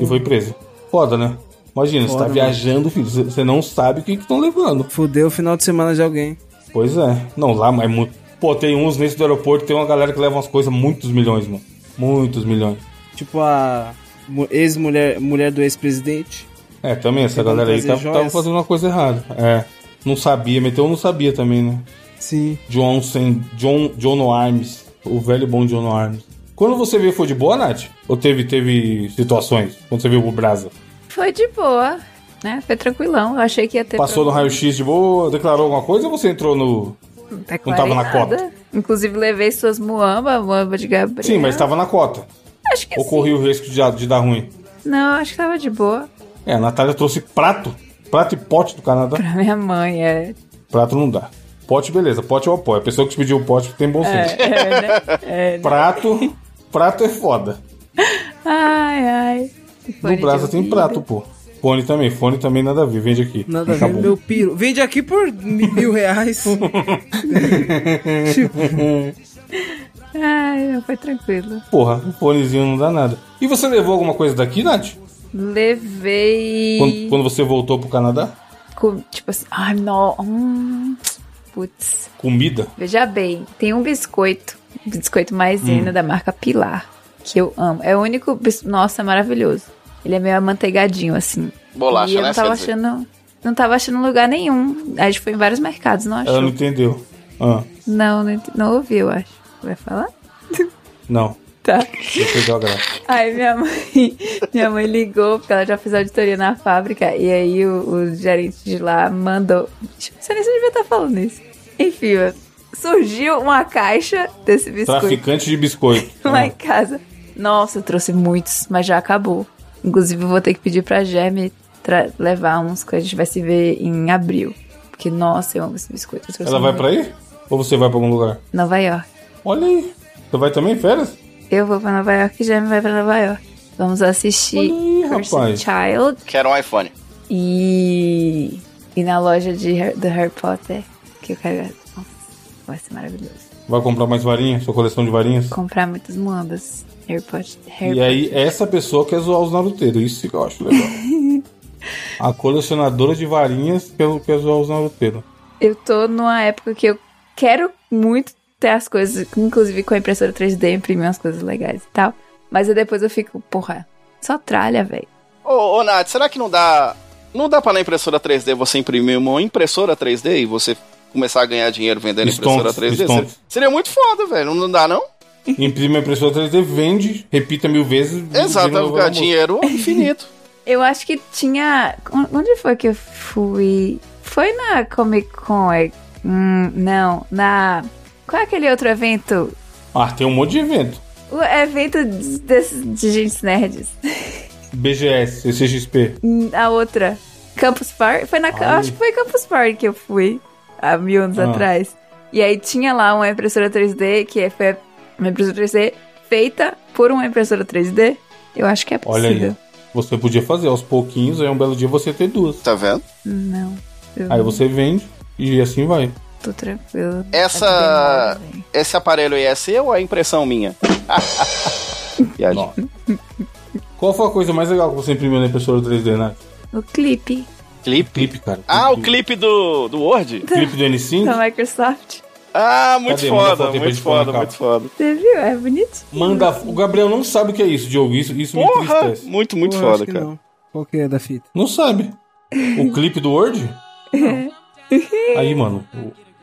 [SPEAKER 2] E foi presa. Foda, né? Imagina, você tá viajando, filho. você- Você não sabe o que estão levando.
[SPEAKER 4] Fudeu o final de semana de alguém.
[SPEAKER 2] Pois é. Não, lá mas é muito. Pô, tem uns nesse do aeroporto, tem uma galera que leva umas coisas muitos milhões, mano. Muitos milhões.
[SPEAKER 4] Tipo a mu- ex-mulher mulher do ex-presidente.
[SPEAKER 2] É, também, essa
[SPEAKER 4] Tentando
[SPEAKER 2] galera aí
[SPEAKER 4] trazer
[SPEAKER 2] tava, tava
[SPEAKER 4] joias.
[SPEAKER 2] fazendo uma coisa errada. É. Não sabia, meteu um não sabia também, né?
[SPEAKER 4] Sim.
[SPEAKER 2] John sem. John, John Arms. O velho bom John Arms. Quando você vê foi de boa, Nath? Ou teve, teve situações? Quando você viu o Brasa?
[SPEAKER 3] Foi de boa, né? Foi tranquilão. Eu achei que ia ter.
[SPEAKER 2] Passou no raio-x de boa, declarou alguma coisa ou você entrou no.
[SPEAKER 3] Não tá
[SPEAKER 2] não tava na
[SPEAKER 3] clareada.
[SPEAKER 2] cota.
[SPEAKER 3] Inclusive, levei suas muamba, muamba de Gabriel.
[SPEAKER 2] Sim, mas tava na cota.
[SPEAKER 3] Acho que
[SPEAKER 2] Ou
[SPEAKER 3] sim.
[SPEAKER 2] corria o risco de, de dar ruim?
[SPEAKER 3] Não, acho que tava de boa.
[SPEAKER 2] É, a Natália trouxe prato. Prato e pote do Canadá.
[SPEAKER 3] Pra minha mãe, é.
[SPEAKER 2] Prato não dá. Pote, beleza. Pote eu apoio. A pessoa que te pediu o pote tem bom senso.
[SPEAKER 3] É, né? É.
[SPEAKER 2] Prato. Prato é foda.
[SPEAKER 3] Ai, ai.
[SPEAKER 2] No
[SPEAKER 3] Fone de
[SPEAKER 2] Brasa tem
[SPEAKER 3] ouvido.
[SPEAKER 2] prato, pô. Fone também, fone também nada a ver, vende aqui.
[SPEAKER 4] Nada a ver, né?
[SPEAKER 2] Acabou.
[SPEAKER 4] meu piro. Vende aqui por mi- mil reais.
[SPEAKER 3] Ai, não, foi tranquilo.
[SPEAKER 2] Porra, o fonezinho não dá nada. E você levou alguma coisa daqui, Nath?
[SPEAKER 3] Levei.
[SPEAKER 2] Quando, quando você voltou pro Canadá?
[SPEAKER 3] com- tipo assim, ai, não. hum, putz.
[SPEAKER 2] Comida?
[SPEAKER 3] Veja bem, tem um biscoito, um biscoito
[SPEAKER 5] Hum.
[SPEAKER 3] maisena da marca Pilar, que eu amo. É o único biscoito. Nossa, é maravilhoso. Ele é meio amanteigadinho, assim.
[SPEAKER 5] Bolacha,
[SPEAKER 3] e eu
[SPEAKER 5] né,
[SPEAKER 3] não tava
[SPEAKER 5] quer dizer?
[SPEAKER 3] achando. Não tava achando lugar nenhum. A gente foi em vários mercados, não achou.
[SPEAKER 2] Ela não entendeu. Ah,
[SPEAKER 3] Não, não, ent- não ouvi, eu acho. Vai falar?
[SPEAKER 2] não.
[SPEAKER 3] tá.
[SPEAKER 2] Eu perdi a graça.
[SPEAKER 3] Aí minha mãe, minha mãe ligou, porque ela já fez auditoria na fábrica, e aí o, o gerente de lá mandou. Deixa eu não sei nem se eu devia estar falando isso. Enfim, surgiu uma caixa desse biscoito
[SPEAKER 2] Traficante de biscoito. Ah.
[SPEAKER 3] lá em casa. Nossa, eu trouxe muitos, mas já acabou. Inclusive, eu vou ter que pedir pra Germe tra- levar uns que a gente vai se ver em abril. Porque, nossa, eu amo esse biscoito. eu trouxe
[SPEAKER 2] Ela vai
[SPEAKER 3] muito.
[SPEAKER 2] pra aí? Ou você vai pra algum lugar?
[SPEAKER 3] Nova York.
[SPEAKER 2] Olha aí. Você vai também, em férias?
[SPEAKER 3] Eu vou pra Nova York e Jeremy vai pra Nova York. Vamos assistir
[SPEAKER 2] Olha aí,
[SPEAKER 3] Cursed
[SPEAKER 2] rapaz.
[SPEAKER 3] Child
[SPEAKER 6] Quero um iPhone.
[SPEAKER 3] E, e na loja de, Har- do Harry Potter, que eu quero. Nossa, vai ser maravilhoso.
[SPEAKER 2] Vai comprar mais varinhas? Sua coleção de varinhas?
[SPEAKER 3] Comprar muitas moedas. Harry Potter. Harry
[SPEAKER 2] E aí, essa pessoa quer zoar os naruteiros. Isso que eu acho legal. A colecionadora de varinhas quer, quer zoar os naruteiros.
[SPEAKER 3] Potter. Eu tô numa época que eu quero muito ter as coisas, inclusive com a impressora 3D, imprimir umas coisas legais e tal. Mas aí depois eu fico, porra, só tralha, velho.
[SPEAKER 6] Ô, ô Nath, será que não dá.
[SPEAKER 5] Não dá pra na impressora 3D você imprimir uma impressora 3D e você começar a ganhar dinheiro vendendo
[SPEAKER 2] Stonks,
[SPEAKER 5] impressora 3D?
[SPEAKER 2] Stonks.
[SPEAKER 5] Seria, seria muito foda, velho. Não dá, não?
[SPEAKER 2] Imprime a impressora 3D, vende, repita mil vezes.
[SPEAKER 5] Exato,
[SPEAKER 6] é
[SPEAKER 2] vira um
[SPEAKER 5] vai ficar
[SPEAKER 2] valor.
[SPEAKER 5] dinheiro infinito.
[SPEAKER 3] Eu acho que tinha. Onde foi que eu fui? Foi na Comic Con. é? Hum, não, na. Qual é aquele outro evento
[SPEAKER 2] Ah, tem um monte de evento.
[SPEAKER 3] O evento de, desses- de gente nerds.
[SPEAKER 2] BGS, CCXP.
[SPEAKER 3] A outra. Campus Party. Foi na.
[SPEAKER 2] Ai.
[SPEAKER 3] Acho que foi Campus Party que eu fui. Há mil anos
[SPEAKER 2] Ah.
[SPEAKER 3] atrás. E aí tinha lá uma impressora 3D, que é fe- uma impressora 3D feita por uma impressora 3D. Eu acho que é
[SPEAKER 2] Olha
[SPEAKER 3] possível.
[SPEAKER 2] aí. Você podia fazer aos pouquinhos, aí um belo dia você ter duas.
[SPEAKER 6] Tá vendo?
[SPEAKER 3] Não. Eu
[SPEAKER 2] Aí você vende e assim vai.
[SPEAKER 3] tô tranquilo.
[SPEAKER 2] É
[SPEAKER 6] Essa-
[SPEAKER 3] Tá tudo em ordem.
[SPEAKER 6] Esse aparelho aí é seu ou é impressão minha? Viagem.
[SPEAKER 2] Nossa. Qual foi a coisa mais legal que você imprimiu na impressora 3D, né?
[SPEAKER 3] O clipe
[SPEAKER 6] Clipe?
[SPEAKER 2] Clipe, cara.
[SPEAKER 6] Ah, o clipe do, do Word?
[SPEAKER 2] Clipe do N5?
[SPEAKER 3] da Microsoft.
[SPEAKER 6] Ah, muito
[SPEAKER 2] Cadê? Manda
[SPEAKER 6] foda,
[SPEAKER 2] foto aí pra
[SPEAKER 6] muito
[SPEAKER 2] gente pôr na
[SPEAKER 6] foda,
[SPEAKER 2] capa.
[SPEAKER 6] muito foda.
[SPEAKER 3] Você viu? É bonito.
[SPEAKER 2] Manda. O Gabriel não sabe o que é isso, Diogo. Isso, isso me
[SPEAKER 6] Porra!
[SPEAKER 2] entristece.
[SPEAKER 6] Muito, muito
[SPEAKER 4] Pô, eu acho
[SPEAKER 6] foda,
[SPEAKER 4] que
[SPEAKER 6] cara.
[SPEAKER 4] Não. Qual que é da fita?
[SPEAKER 2] Não sabe. O clipe do Word? Aí, mano.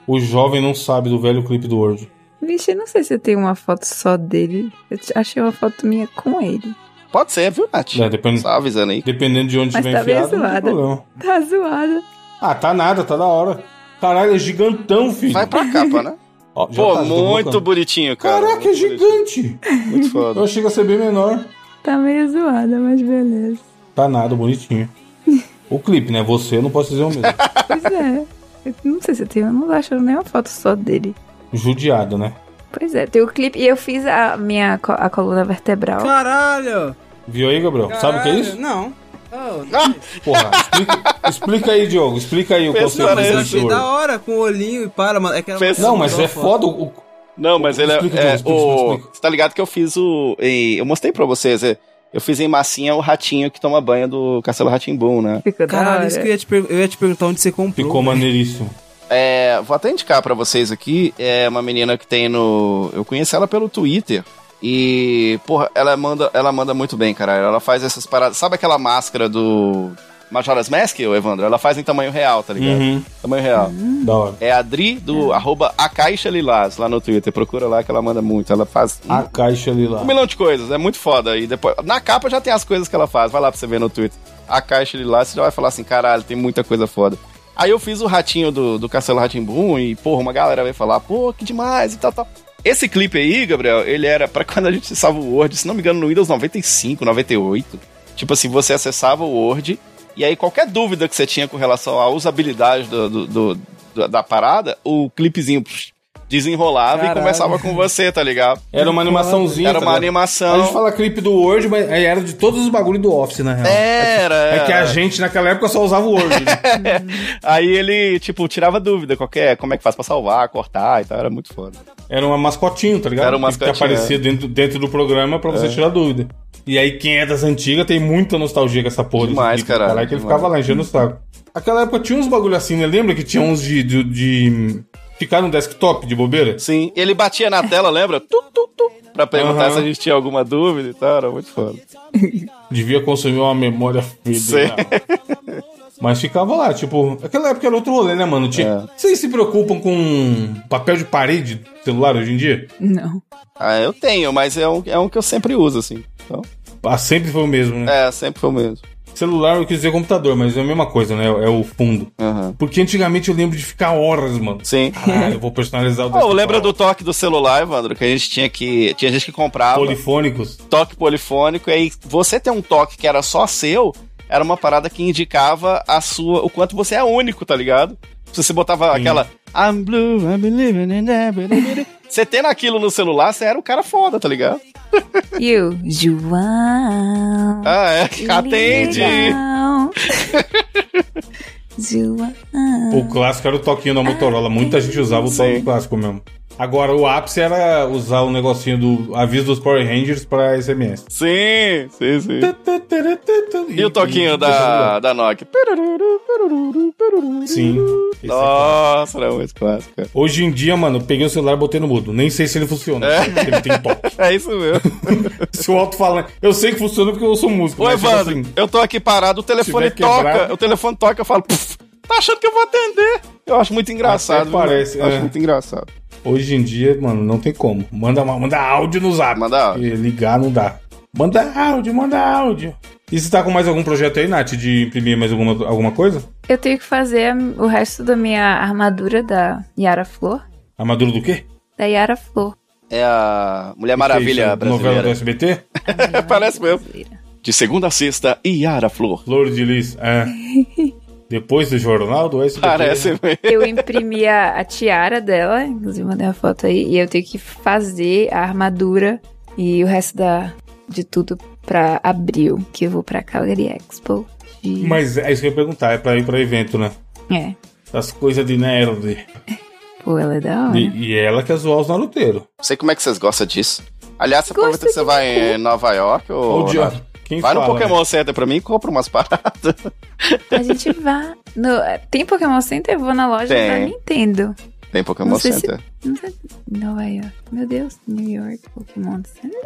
[SPEAKER 2] O, o jovem não sabe do velho clipe do Word.
[SPEAKER 3] Vixe, eu não sei se eu tenho uma foto só dele. Eu te- achei uma foto minha com ele.
[SPEAKER 6] Pode ser, viu, Nath?
[SPEAKER 2] É, depende-
[SPEAKER 6] Só avisando aí.
[SPEAKER 2] dependendo de onde
[SPEAKER 3] Mas
[SPEAKER 2] tiver
[SPEAKER 3] tá bem
[SPEAKER 2] enfiado, não tem
[SPEAKER 3] zoada.
[SPEAKER 2] problema.
[SPEAKER 3] Tá zoada.
[SPEAKER 2] Ah, tá nada, tá da hora. Caralho, é gigantão, filho.
[SPEAKER 6] Vai pra capa, né?
[SPEAKER 2] Ó, tá já
[SPEAKER 5] Pô,
[SPEAKER 2] tá, já tô
[SPEAKER 5] muito
[SPEAKER 2] colocando.
[SPEAKER 5] bonitinho, cara.
[SPEAKER 2] Caraca, é
[SPEAKER 5] muito bonitinho,
[SPEAKER 2] gigante.
[SPEAKER 5] Muito foda.
[SPEAKER 2] Eu chego a ser bem menor.
[SPEAKER 3] Tá meio zoada, mas beleza.
[SPEAKER 2] Tá nada, bonitinho. O clipe, né? Você eu não posso dizer o mesmo.
[SPEAKER 3] Pois é. Eu não sei se eu tenho, eu não tô achando nenhuma foto só dele.
[SPEAKER 2] Judiado, né?
[SPEAKER 3] Pois é, tem o clipe e eu fiz a minha co- a coluna vertebral.
[SPEAKER 4] Caralho!
[SPEAKER 2] Viu aí, Gabriel? Sabe o que é
[SPEAKER 4] Caralho,
[SPEAKER 2] isso?
[SPEAKER 4] Não. Oh,
[SPEAKER 2] Porra, explica, explica aí, Diogo. Explica aí o
[SPEAKER 5] Pensa
[SPEAKER 2] conceito
[SPEAKER 5] nesse,
[SPEAKER 2] do
[SPEAKER 4] eu achei
[SPEAKER 2] clipe do
[SPEAKER 4] é da
[SPEAKER 2] Word.
[SPEAKER 4] hora com o olhinho e para, mano. É aquela
[SPEAKER 5] Pensa-
[SPEAKER 2] Não, mas é
[SPEAKER 4] Aquela foto.
[SPEAKER 2] foda o.
[SPEAKER 5] Não, mas ele é.
[SPEAKER 2] Explica,
[SPEAKER 5] é,
[SPEAKER 2] Diogo, explica,
[SPEAKER 5] o-
[SPEAKER 2] explica.
[SPEAKER 6] Você tá ligado que eu fiz o. em- Eu mostrei pra vocês. é, Eu fiz em massinha o ratinho que toma banho do Castelo Ratimbum, né?
[SPEAKER 3] Ficou da
[SPEAKER 4] Caralho,
[SPEAKER 3] hora.
[SPEAKER 4] isso que eu ia, te per- eu ia te perguntar onde você comprou.
[SPEAKER 2] Ficou maneiríssimo.
[SPEAKER 6] É, vou até indicar pra vocês aqui. É uma menina que tem no. Eu conheci ela pelo Twitter. E, porra, ela manda, ela manda muito bem, cara. Ela faz essas paradas. Sabe aquela máscara do Majora's Mask, ô Evandro? Ela faz em tamanho real, tá ligado?
[SPEAKER 2] Uhum,
[SPEAKER 6] Tamanho real.
[SPEAKER 2] da hora.
[SPEAKER 6] É a Dri do arroba a Caixa Lilás lá no Twitter. Procura lá que ela manda muito. Ela faz
[SPEAKER 2] A caixa ali lá.
[SPEAKER 6] um milhão de coisas. É muito foda. E depois. Na capa já tem as coisas que ela faz. Vai lá pra você ver no Twitter. A Caixa Lilás, você já vai falar assim: caralho, tem muita coisa foda. Aí eu fiz o ratinho do, do Castelo Ratimbum e, porra, uma galera veio falar, pô, que demais e tal, tal. Esse clipe aí, Gabriel, ele era pra quando a gente acessava o Word, se não me engano, no Windows 95, 98. Tipo assim, você acessava o Word e aí qualquer dúvida que você tinha com relação à usabilidade do- do- do- do- da parada, o clipezinho psh, desenrolava
[SPEAKER 4] Caralho.
[SPEAKER 6] e conversava com você, tá ligado?
[SPEAKER 2] Era uma animaçãozinha.
[SPEAKER 6] Era
[SPEAKER 2] tá
[SPEAKER 6] uma
[SPEAKER 2] ligado? A gente
[SPEAKER 6] animação.
[SPEAKER 2] fala clipe do Word, mas aí era de todos os bagulhos do Office, na real.
[SPEAKER 6] Era,
[SPEAKER 2] É que a
[SPEAKER 6] era.
[SPEAKER 2] gente, naquela época, só usava o Word. né?
[SPEAKER 6] Aí ele, tipo, tirava dúvida, qualquer, como é que faz pra salvar, cortar e tal, era muito foda.
[SPEAKER 2] Era uma mascotinho, tá ligado?
[SPEAKER 6] Era uma
[SPEAKER 2] Que
[SPEAKER 6] mascotinha, é.
[SPEAKER 2] aparecia dentro, dentro do programa pra você tirar dúvida. E aí, quem é das antigas tem muita nostalgia com essa porra. desse
[SPEAKER 6] Demais,
[SPEAKER 2] clipe,
[SPEAKER 6] caralho,
[SPEAKER 2] caralho, que ele
[SPEAKER 6] demais.
[SPEAKER 2] ficava lá enchendo o saco. Aquela época tinha uns bagulho assim, né? Lembra que tinha uns de... de, de... Ficar no desktop de bobeira?
[SPEAKER 6] Sim, ele batia na tela, lembra? Tu, tu, tu, pra perguntar
[SPEAKER 2] Aham.
[SPEAKER 6] se a gente tinha alguma dúvida e tal, era muito foda.
[SPEAKER 2] Devia consumir uma memória
[SPEAKER 6] Sim. É.
[SPEAKER 2] federal. Mas ficava lá, tipo, aquela época era outro rolê, né, mano? Tinha... Vocês se preocupam com papel de parede do celular hoje em dia?
[SPEAKER 3] Não.
[SPEAKER 6] Ah, eu tenho, mas é um, é um que eu sempre uso, assim. Então,
[SPEAKER 2] Ah, sempre foi o mesmo, né?
[SPEAKER 6] é, sempre foi o mesmo.
[SPEAKER 2] Celular eu quis dizer computador, mas é a mesma coisa, né? É o fundo.
[SPEAKER 6] Aham.
[SPEAKER 2] Porque antigamente eu lembro de ficar horas, mano.
[SPEAKER 6] Sim.
[SPEAKER 2] Caralho, eu vou personalizar o
[SPEAKER 6] Oh,
[SPEAKER 2] desktop.
[SPEAKER 6] lembra do toque do celular, Evandro? Que a gente tinha que. Tinha gente que comprava
[SPEAKER 2] Polifônicos.
[SPEAKER 6] toque polifônico, e aí você ter um toque que era só seu, era uma parada que indicava a sua. o quanto você é único, tá ligado? Se você botava
[SPEAKER 2] Sim.
[SPEAKER 6] aquela. I'm blue, I'm believing in everybody. Você tendo aquilo no celular, você era o cara foda, tá ligado?
[SPEAKER 3] E o João.
[SPEAKER 6] Ah, é. Atende!
[SPEAKER 3] Legal. João.
[SPEAKER 2] O clássico era o toquinho da Motorola. Muita gente usava o toque
[SPEAKER 6] Sim.
[SPEAKER 2] clássico mesmo. Agora, o ápice era usar o negocinho do aviso dos Power Rangers pra SMS.
[SPEAKER 6] Sim, sim, sim. E o toquinho
[SPEAKER 2] e-
[SPEAKER 6] da, da Nokia?
[SPEAKER 2] Sim. Esse é clássico.
[SPEAKER 6] Nossa, era muito clássico. cara.
[SPEAKER 2] Hoje em dia, mano, eu peguei o celular e botei no mudo. Nem sei se ele funciona. se Ele tem toque.
[SPEAKER 6] É isso mesmo.
[SPEAKER 2] Se o alto falando. Eu sei que funciona porque eu sou músico.
[SPEAKER 6] Ô,
[SPEAKER 2] mas, tipo
[SPEAKER 6] Evandro,
[SPEAKER 2] assim,
[SPEAKER 6] eu tô aqui parado, o telefone
[SPEAKER 2] tiver quebrado-
[SPEAKER 6] toca, o telefone toca, eu falo, "Puf, tá achando que eu vou atender? Eu acho muito engraçado.
[SPEAKER 2] Até
[SPEAKER 6] viu?
[SPEAKER 2] parece,
[SPEAKER 6] Acho
[SPEAKER 2] é.
[SPEAKER 6] muito engraçado.
[SPEAKER 2] Hoje em dia, mano, não tem como. Manda, manda áudio no zap.
[SPEAKER 6] Manda áudio.
[SPEAKER 2] Porque ligar não dá. Manda áudio, manda áudio. E você tá com mais algum projeto aí, Nath, de imprimir mais alguma, alguma coisa?
[SPEAKER 3] Eu tenho que fazer o resto da minha armadura da Yara Flor.
[SPEAKER 2] Armadura do quê?
[SPEAKER 3] Da Yara Flor.
[SPEAKER 6] É a Mulher
[SPEAKER 2] Isso,
[SPEAKER 6] Maravilha
[SPEAKER 2] Novela do
[SPEAKER 6] brasileira.
[SPEAKER 2] SBT?
[SPEAKER 6] Parece mesmo.
[SPEAKER 3] brasileira.
[SPEAKER 6] De segunda a sexta, Iara Flor.
[SPEAKER 2] Flor de Lis. É. Depois do jornal do SBT.
[SPEAKER 6] Parece mesmo.
[SPEAKER 3] Eu imprimi a, a tiara dela, inclusive mandei uma foto aí, e eu tenho que fazer a armadura e o resto da, de tudo pra abril, que eu vou pra Calgary Expo. de-
[SPEAKER 2] Mas é isso que eu ia perguntar. É pra ir pra evento, né?
[SPEAKER 3] É,
[SPEAKER 2] As coisas de nerd.
[SPEAKER 3] pô, ela é da hora.
[SPEAKER 2] E, e ela quer zoar os naruteiros.
[SPEAKER 6] Não sei como é que vocês gostam disso. Aliás, você
[SPEAKER 3] Gosto
[SPEAKER 6] aproveita que você vai em Nova York ou.
[SPEAKER 2] Ô,
[SPEAKER 6] na-
[SPEAKER 2] Diogo, Quem
[SPEAKER 6] Vai no
[SPEAKER 2] fala, né?
[SPEAKER 6] Pokémon Center pra mim e compra umas paradas.
[SPEAKER 3] A gente vai. no- tem Pokémon Center? Eu vou na loja
[SPEAKER 6] Tem.
[SPEAKER 3] da Nintendo.
[SPEAKER 6] Tem Pokémon
[SPEAKER 3] Não sei se-
[SPEAKER 6] Center.
[SPEAKER 3] Não sei- Nova York. Meu Deus, New York, Pokémon Center.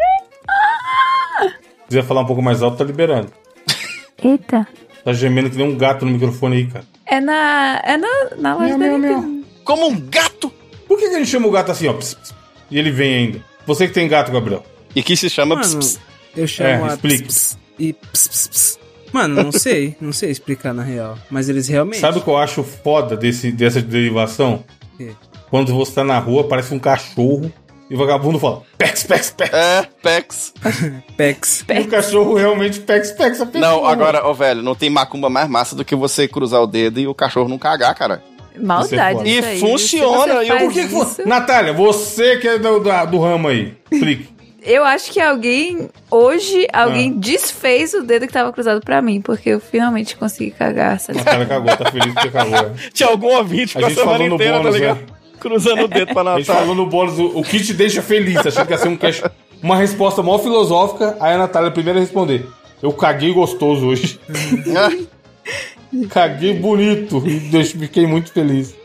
[SPEAKER 2] Se quiser falar um pouco mais alto, tá liberando.
[SPEAKER 3] Eita.
[SPEAKER 2] Tá gemendo que nem um gato no microfone aí, cara.
[SPEAKER 3] É na. É na, na loja da Nintendo.
[SPEAKER 6] Como um gato!
[SPEAKER 2] Por que, que ele chama o gato assim, ó? ps, ps, e ele vem ainda. Você que tem gato, Gabriel.
[SPEAKER 6] E que se chama.
[SPEAKER 4] Mano,
[SPEAKER 6] ps, ps.
[SPEAKER 4] eu chamo
[SPEAKER 2] É,
[SPEAKER 4] a
[SPEAKER 2] explica.
[SPEAKER 4] ps, ps, e ps, ps, ps. Mano, não sei, não sei explicar na real, mas eles realmente
[SPEAKER 2] Sabe o que eu acho foda desse, dessa derivação?
[SPEAKER 4] quê?
[SPEAKER 2] Quando você tá na rua, parece um cachorro e o vagabundo fala pex, pex, pex.
[SPEAKER 6] É, Pex.
[SPEAKER 4] Pex.
[SPEAKER 2] E o cachorro realmente pex, pex a pessoa.
[SPEAKER 6] Não, agora, ô velho, não tem macumba mais massa do que você cruzar o dedo e o cachorro não cagar, cara.
[SPEAKER 3] Maldade.
[SPEAKER 2] Você
[SPEAKER 3] isso
[SPEAKER 6] pode.
[SPEAKER 3] aí.
[SPEAKER 6] E funciona,
[SPEAKER 3] Se você
[SPEAKER 6] e eu-
[SPEAKER 2] Por
[SPEAKER 3] faz
[SPEAKER 2] que que você...
[SPEAKER 3] isso-
[SPEAKER 2] Natália, você que é do, da- do ramo aí. Explique.
[SPEAKER 3] Eu acho que alguém. Hoje, alguém
[SPEAKER 2] Ah.
[SPEAKER 3] desfez o dedo que tava cruzado pra mim, porque eu finalmente consegui cagar essa.
[SPEAKER 2] Natália cagou, tá feliz porque cagou. é.
[SPEAKER 6] Tinha algum ouvinte
[SPEAKER 2] A
[SPEAKER 6] com a
[SPEAKER 2] gente falou
[SPEAKER 6] semana
[SPEAKER 2] no
[SPEAKER 6] inteira, tá
[SPEAKER 2] bônus,
[SPEAKER 6] ligado?
[SPEAKER 2] né?
[SPEAKER 6] Cruzando o dedo pra
[SPEAKER 2] A gente
[SPEAKER 6] Natal.
[SPEAKER 2] falou no bônus o, o que te deixa feliz. Achei que ia ser um cash... uma resposta mó filosófica. Aí a Natália primeiro a responder. Eu caguei gostoso hoje. Caguei bonito e deixo- fiquei muito feliz.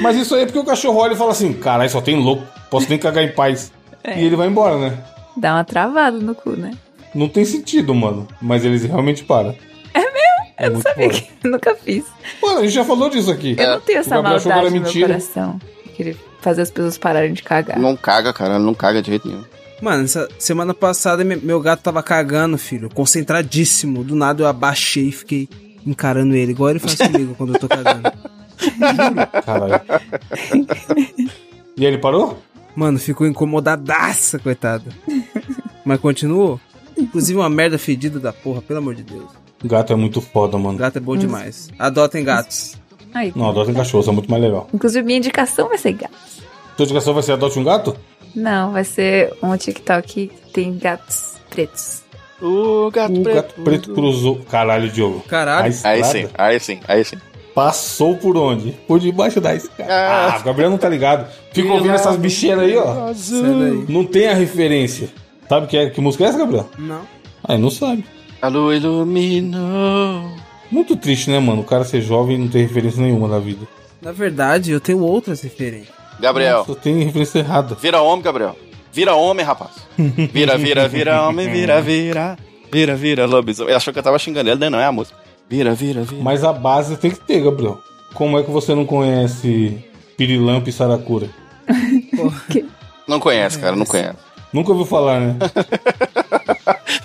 [SPEAKER 2] Mas isso aí é porque o cachorro olha e fala assim: caralho, só tem louco, posso nem cagar em paz. E ele vai embora, né?
[SPEAKER 3] Dá uma travada no cu, né?
[SPEAKER 2] Não tem sentido, mano. Mas eles realmente param. É mesmo? eu não
[SPEAKER 3] Sabia que eu nunca fiz.
[SPEAKER 2] Mano, a gente já falou disso aqui.
[SPEAKER 3] Eu não tenho
[SPEAKER 2] O
[SPEAKER 3] essa
[SPEAKER 2] Gabriel achou que era
[SPEAKER 3] maldade no meu
[SPEAKER 2] mentira.
[SPEAKER 3] coração. Eu Queria fazer as pessoas pararem de cagar.
[SPEAKER 6] Não caga, cara, não caga de jeito nenhum.
[SPEAKER 4] Mano, essa semana passada me- meu gato tava cagando, filho, concentradíssimo. Do nada eu abaixei e fiquei encarando ele, igual ele faz comigo quando eu tô cagando.
[SPEAKER 2] Caralho. e aí ele parou?
[SPEAKER 4] Mano, ficou incomodadaça, coitado. Mas continuou. Inclusive uma merda fedida da porra, pelo amor de Deus.
[SPEAKER 2] Gato é muito foda, mano.
[SPEAKER 4] Gato é bom demais. Adotem gatos.
[SPEAKER 3] Aí.
[SPEAKER 2] Não, adota um cachorro, isso é muito mais legal.
[SPEAKER 3] Inclusive, minha indicação vai ser gato.
[SPEAKER 2] Sua indicação vai ser adote um gato?
[SPEAKER 3] Não, vai ser um TikTok que tem gatos pretos.
[SPEAKER 6] O Um gato
[SPEAKER 2] O Um gato preto cruzou. Caralho, Diogo. A
[SPEAKER 4] Caralho.
[SPEAKER 2] estrada
[SPEAKER 6] Aí sim, aí sim, aí sim.
[SPEAKER 2] Passou por onde? Por debaixo da escada.
[SPEAKER 6] Ah.
[SPEAKER 2] Ah, o Gabriel não tá ligado. Fica ouvindo essas bicheiras aí, ó.
[SPEAKER 4] Sai daí.
[SPEAKER 2] Não tem a referência. Sabe que, é, que música é essa, Gabriel?
[SPEAKER 4] Não.
[SPEAKER 2] Aí não sabe.
[SPEAKER 6] A lua iluminou.
[SPEAKER 2] Muito triste, né, mano? O cara ser jovem e não ter referência nenhuma na vida.
[SPEAKER 4] Na verdade, eu tenho outras referências.
[SPEAKER 6] Gabriel,
[SPEAKER 2] Só tem referência errada.
[SPEAKER 6] vira homem, Gabriel. Vira homem, rapaz. Vira, vira, vira homem, vira, vira. Vira, vira, lobisomem. Ele achou que eu tava xingando ele, né? Não é a música. Vira, vira, vira.
[SPEAKER 2] Mas a base tem que ter, Gabriel. Como é que você não conhece Pirilampo e Saracura?
[SPEAKER 6] Não conhece, cara, não conhece.
[SPEAKER 2] Nunca ouviu falar, né?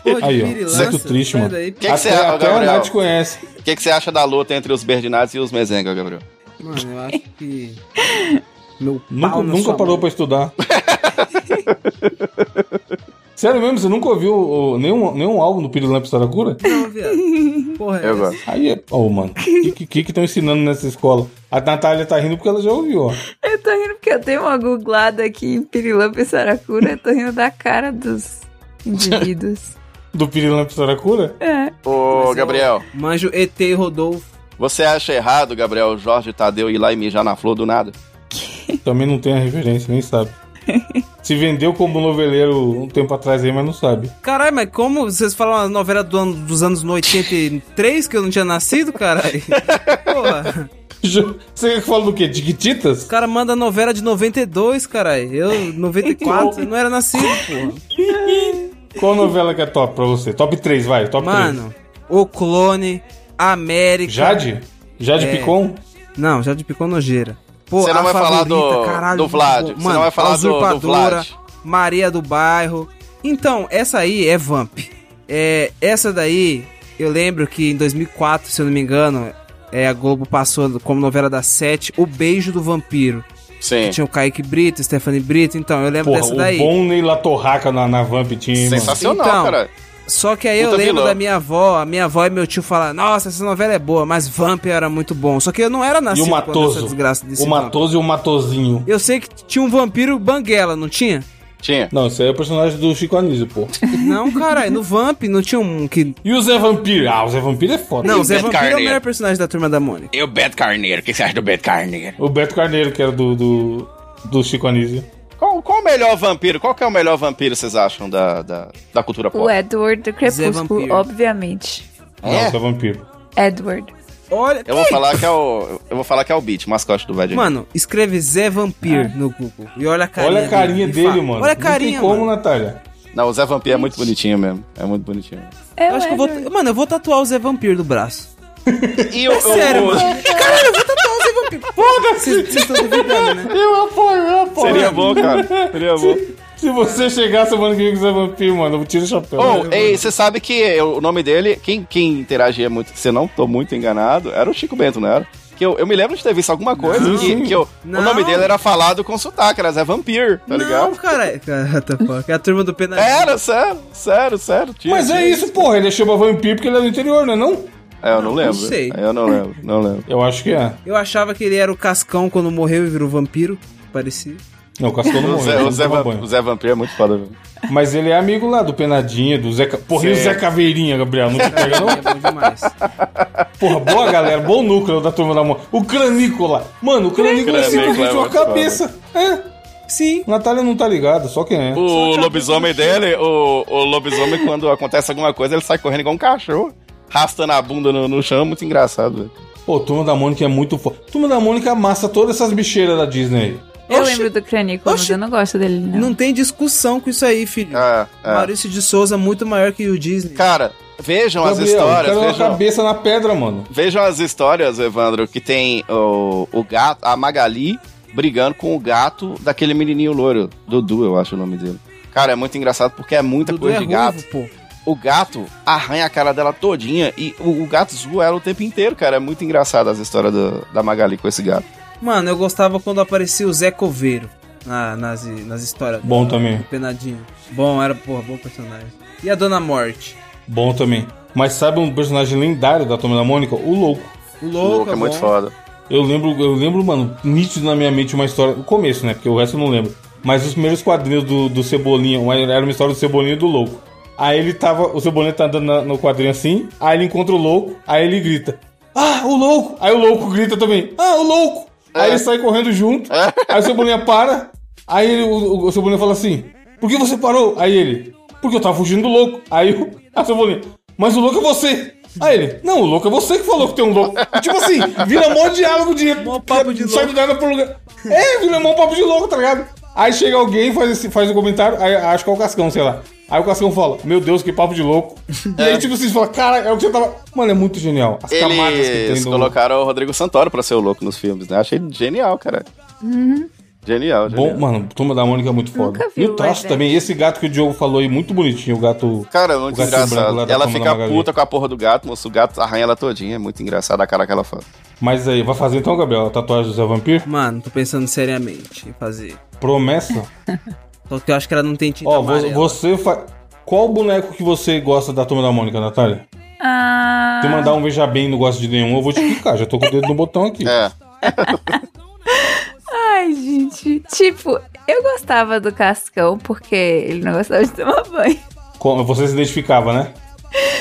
[SPEAKER 4] Pô, de
[SPEAKER 2] Aí, ó.
[SPEAKER 4] pirilança,
[SPEAKER 2] Muito triste,
[SPEAKER 4] sai
[SPEAKER 2] mano.
[SPEAKER 4] daí.
[SPEAKER 6] Que-
[SPEAKER 2] até
[SPEAKER 6] você acha,
[SPEAKER 2] até a
[SPEAKER 6] Gabriel?
[SPEAKER 2] Nath conhece.
[SPEAKER 6] O que, que você acha da luta entre os Berdinazzi e os Mezenga, Gabriel?
[SPEAKER 4] Mano, eu acho que. Meu pau
[SPEAKER 2] Nunca,
[SPEAKER 4] na
[SPEAKER 2] nunca
[SPEAKER 4] sua
[SPEAKER 2] parou
[SPEAKER 4] mão.
[SPEAKER 2] pra estudar. Sério mesmo, você nunca ouviu ô, nenhum, nenhum álbum do Pirilampo e Saracura?
[SPEAKER 4] Não, viado. Porra, é essa?
[SPEAKER 2] Aí é. Ô, mano, o que que- que estão ensinando nessa escola? A Natália tá rindo porque ela já ouviu, ó.
[SPEAKER 3] Eu tô rindo porque eu dei uma googlada aqui em Pirilampo e Saracura. Eu tô rindo da cara dos indivíduos.
[SPEAKER 2] Do Pirilampo e Saracura?
[SPEAKER 3] É.
[SPEAKER 6] Ô, Gabriel,
[SPEAKER 4] Manjo ET e Rodolfo.
[SPEAKER 6] um você acha errado, Gabriel, o Jorge Tadeu ir lá e mijar na flor do nada?
[SPEAKER 2] Também não tem a referência, nem sabe. Se vendeu como noveleiro um tempo atrás aí, mas não sabe.
[SPEAKER 4] Caralho, mas como vocês falam uma novela do ano- dos anos 83 que eu não tinha nascido, caralho? Porra,
[SPEAKER 2] Ju- Você quer que fala do quê? Tiquititas?
[SPEAKER 4] os caras mandam novela de 92, caralho. Eu, 94, eu não era nascido, porra.
[SPEAKER 2] Qual novela que é top pra você? Top 3, vai, top
[SPEAKER 4] Mano, O Clone,
[SPEAKER 2] 3.
[SPEAKER 4] América.
[SPEAKER 2] Jade? Jade
[SPEAKER 4] É.
[SPEAKER 2] Picon?
[SPEAKER 4] Não, já de picou nojeira. Pô,
[SPEAKER 6] Você não
[SPEAKER 4] a
[SPEAKER 6] vai falar do-
[SPEAKER 4] favorita, caralho,
[SPEAKER 6] do Vlad.
[SPEAKER 4] muito bom.
[SPEAKER 6] Você não vai falar
[SPEAKER 4] a
[SPEAKER 6] do- do
[SPEAKER 4] usurpadora,
[SPEAKER 6] Vlad.
[SPEAKER 4] Maria do Bairro. Então, essa aí é Vamp. É, essa daí, eu lembro que em 2004, se eu não me engano, é, a Globo passou como novela das sete O Beijo do Vampiro.
[SPEAKER 6] Sim.
[SPEAKER 4] Tinha o Kaique Brito, Stephanie Brito. Então, eu lembro
[SPEAKER 2] Porra,
[SPEAKER 4] dessa
[SPEAKER 2] o
[SPEAKER 4] daí.
[SPEAKER 2] bom Ney Latorraca na, na Vamp tinha, hein, mano.
[SPEAKER 6] Sensacional,
[SPEAKER 4] Então,
[SPEAKER 6] cara.
[SPEAKER 4] Só que aí eu
[SPEAKER 6] Puta
[SPEAKER 4] lembro
[SPEAKER 6] vilão.
[SPEAKER 4] da minha avó, a minha avó e meu tio falar, nossa, essa novela é boa, mas Vamp era muito bom. Só que eu não era
[SPEAKER 2] E
[SPEAKER 4] nascido
[SPEAKER 2] o
[SPEAKER 4] quando essa
[SPEAKER 2] Matoso.
[SPEAKER 4] desgraça desse
[SPEAKER 2] O
[SPEAKER 4] Vamp.
[SPEAKER 2] Matoso e o Matozinho.
[SPEAKER 4] Eu sei que tinha um vampiro banguela, não tinha?
[SPEAKER 6] Tinha.
[SPEAKER 2] Não, isso aí é o personagem do Chico Anísio, pô.
[SPEAKER 4] Não, caralho, no Vamp não tinha um que.
[SPEAKER 2] E o Zé Vampiro? Ah, o Zé Vampiro é foda.
[SPEAKER 4] Não,
[SPEAKER 2] E
[SPEAKER 4] o Zé
[SPEAKER 6] Beto
[SPEAKER 4] Vampiro é o
[SPEAKER 6] um Carneiro.
[SPEAKER 4] melhor personagem da turma da Mônica.
[SPEAKER 1] E o Beto Carneiro? O que você acha do Beto Carneiro?
[SPEAKER 2] O Beto Carneiro, que era do, do, do Chico Anísio.
[SPEAKER 6] Qual, qual o melhor vampiro? Qual que é o melhor vampiro, vocês acham, da, da, da cultura pop?
[SPEAKER 3] O Edward do Crepúsculo,
[SPEAKER 4] Vampiro.
[SPEAKER 3] obviamente.
[SPEAKER 2] Não,
[SPEAKER 6] É?
[SPEAKER 2] o Zé Vampiro.
[SPEAKER 3] Edward.
[SPEAKER 4] Olha.
[SPEAKER 6] Eu vou falar que é o. Eu vou falar que é o Beat, mascote do Vadim.
[SPEAKER 4] Mano, escreve Zé Vampiro no Google. E olha a carinha.
[SPEAKER 2] Ah. Olha a carinha
[SPEAKER 4] me
[SPEAKER 2] dele,
[SPEAKER 4] Tá fala.
[SPEAKER 2] mano.
[SPEAKER 4] Olha a
[SPEAKER 2] Não tem
[SPEAKER 4] carinha.
[SPEAKER 2] como,
[SPEAKER 4] mano.
[SPEAKER 2] Natália.
[SPEAKER 6] Não, o Zé Vampiro é muito bonitinho mesmo. É muito bonitinho.
[SPEAKER 3] É
[SPEAKER 4] Eu
[SPEAKER 3] o
[SPEAKER 4] acho que eu
[SPEAKER 3] Edward.
[SPEAKER 4] vou. Mano, eu vou tatuar o Zé Vampiro no braço.
[SPEAKER 6] E o,
[SPEAKER 4] É Sério,
[SPEAKER 6] o-
[SPEAKER 4] mano. Caralho, eu vou tatuar o Zé Vampiro. Foda-se. Vocês estão duvidando, né?
[SPEAKER 2] Eu apoio, eu apoio.
[SPEAKER 6] Seria bom, cara. Seria bom.
[SPEAKER 2] Se você chegar semana que vem com o Zé Vampiro, mano, eu tiro o chapéu.
[SPEAKER 6] Ou, Oh, ei, você sabe que eu- o nome dele, quem, quem interagia muito, se eu não tô muito enganado, era o Chico Bento, não era? Que eu, eu me lembro de ter visto alguma coisa
[SPEAKER 2] Não.
[SPEAKER 6] que, que eu-
[SPEAKER 4] Não.
[SPEAKER 6] o nome dele era falado com sotaque, era Zé Vampiro, tá
[SPEAKER 4] Não,
[SPEAKER 6] ligado?
[SPEAKER 4] caralho. Cara, tá foda. É a turma do Penal.
[SPEAKER 6] Era, sério, sério, sério. tinha-
[SPEAKER 2] Mas é
[SPEAKER 6] tinha
[SPEAKER 2] isso, porra. Ele chama Vampiro porque ele é do interior, não é não?
[SPEAKER 6] É, eu não lembro.
[SPEAKER 4] sei.
[SPEAKER 6] É, Eu não lembro, não lembro.
[SPEAKER 2] Eu acho que é.
[SPEAKER 4] Eu achava que ele era o Cascão quando morreu e virou vampiro. Parecia.
[SPEAKER 2] Não, o Cascão não
[SPEAKER 6] O Zé,
[SPEAKER 2] morreu.
[SPEAKER 6] o,
[SPEAKER 2] não
[SPEAKER 6] Zé
[SPEAKER 2] toma
[SPEAKER 6] Vamp-
[SPEAKER 2] banho.
[SPEAKER 6] o Zé Vampiro é muito foda, velho.
[SPEAKER 2] Mas ele é amigo lá do Penadinha, do Zé... Ca- Porra, e o
[SPEAKER 6] Sim.
[SPEAKER 2] Zé Caveirinha, Gabriel? Não te pega, não?
[SPEAKER 4] É bom demais.
[SPEAKER 2] Porra, boa galera, bom núcleo da turma da mão. O Cranícola. Mano, o Cranícola é
[SPEAKER 6] Cranícola
[SPEAKER 2] simplesmente
[SPEAKER 6] é
[SPEAKER 2] uma
[SPEAKER 6] muito foda.
[SPEAKER 2] cabeça. É. Sim. Natália não tá ligada, só quem é.
[SPEAKER 6] O lobisomem dele, o, o lobisomem, quando acontece alguma coisa, ele sai correndo igual um cachorro, rastando a bunda no, no chão, é muito engraçado, velho.
[SPEAKER 2] Pô, turma da Mônica é muito foda. Turma da Mônica amassa todas essas bicheiras da Disney aí.
[SPEAKER 3] Eu
[SPEAKER 4] Oxi.
[SPEAKER 3] lembro do Cranico, mas
[SPEAKER 4] Oxi.
[SPEAKER 3] eu não gosto dele, não.
[SPEAKER 4] Não tem discussão com isso aí, filho.
[SPEAKER 6] Ah, ah.
[SPEAKER 4] Maurício de Souza é muito maior que o Disney.
[SPEAKER 6] Cara, vejam as
[SPEAKER 2] Gabriel, o
[SPEAKER 6] histórias,
[SPEAKER 2] cara é uma
[SPEAKER 6] vejam,
[SPEAKER 2] cabeça na pedra, mano.
[SPEAKER 6] vejam as histórias, Evandro, que tem o, o gato, a Magali brigando com o gato daquele menininho loiro, Dudu, eu acho o nome dele. Cara, é muito engraçado porque é muita
[SPEAKER 4] Dudu
[SPEAKER 6] coisa
[SPEAKER 4] é
[SPEAKER 6] de gato.
[SPEAKER 4] ruivo, pô.
[SPEAKER 6] O gato arranha a cara dela todinha e o, o gato zoa ela o tempo inteiro, cara. É muito engraçado as histórias do- da Magali com esse gato.
[SPEAKER 4] Mano, eu gostava quando aparecia o Zé Coveiro na- nas, nas histórias.
[SPEAKER 2] Bom também.
[SPEAKER 4] Penadinho. Bom, era, porra, bom personagem. E a Dona Morte?
[SPEAKER 2] Bom também. Mas sabe um personagem lendário da turma da Mônica? O Louco.
[SPEAKER 4] O Louco, é bom.
[SPEAKER 6] foda.
[SPEAKER 2] Eu lembro, eu lembro, mano, nítido na minha mente uma história. O começo, né? Porque o resto eu não lembro. Mas os primeiros quadrinhos do, do Cebolinha, uma- era uma história do Cebolinha e do Louco. Aí ele tava. O Cebolinha tá andando na- no quadrinho assim, aí ele encontra o louco, aí ele grita. Ah, o louco! Aí o louco grita também, ah, o louco!
[SPEAKER 6] É.
[SPEAKER 2] Aí ele sai correndo junto, aí o Cebolinha para, aí ele- o, o Cebolinha fala assim, por que você parou? Aí ele, porque eu tava fugindo do louco. Aí o, aí o Cebolinha, mas o louco é você! Aí ele, não, o louco é você que falou que tem um louco. tipo assim, vira mó diálogo de.
[SPEAKER 4] Mó papo de
[SPEAKER 2] sai do nada pro lugar. É, vira mó papo de louco, tá ligado? Aí chega alguém e faz, esse, faz um comentário, aí acho que é o Cascão, sei lá. Aí o Cascão fala, meu Deus, que papo de louco. E aí, tipo, vocês falam, cara, é o que você tava. Mano, é muito genial. As camadas que tem
[SPEAKER 6] Eles
[SPEAKER 2] do-
[SPEAKER 6] colocaram o Rodrigo Santoro pra ser o louco nos filmes, né? Achei genial, cara. Genial, genial.
[SPEAKER 2] Bom, mano, Turma da Mônica é muito foda.
[SPEAKER 3] Nunca vi
[SPEAKER 2] e o
[SPEAKER 3] o
[SPEAKER 2] traço
[SPEAKER 3] live
[SPEAKER 2] também, esse gato que o Diogo falou aí, muito bonitinho, o gato.
[SPEAKER 6] Cara, é
[SPEAKER 2] O
[SPEAKER 6] muito
[SPEAKER 2] gatinho branco lá
[SPEAKER 6] engraçado.
[SPEAKER 2] da
[SPEAKER 6] Ela
[SPEAKER 2] Fama
[SPEAKER 6] fica
[SPEAKER 2] da Magali.
[SPEAKER 6] puta com a porra do gato, moço. O gato arranha ela todinha. É muito engraçado a cara que ela faz.
[SPEAKER 2] Mas aí, vai fazer então, Gabriel, a tatuagem do Zé Vampiro?
[SPEAKER 4] Mano, tô pensando seriamente em fazer.
[SPEAKER 2] Promessa?
[SPEAKER 4] Só que eu acho que ela não tem tinta
[SPEAKER 2] Ó, vo-
[SPEAKER 4] amarela.
[SPEAKER 2] você faz. Qual boneco que você gosta da Turma da Mônica, Natália?
[SPEAKER 3] Ah,
[SPEAKER 2] Se mandar um veja bem e não gosta de nenhum, eu vou te explicar. Já tô com o dedo no botão aqui.
[SPEAKER 6] É.
[SPEAKER 3] ai, gente. Tipo, eu gostava do Cascão porque ele não gostava de tomar banho.
[SPEAKER 2] Como você se identificava, né?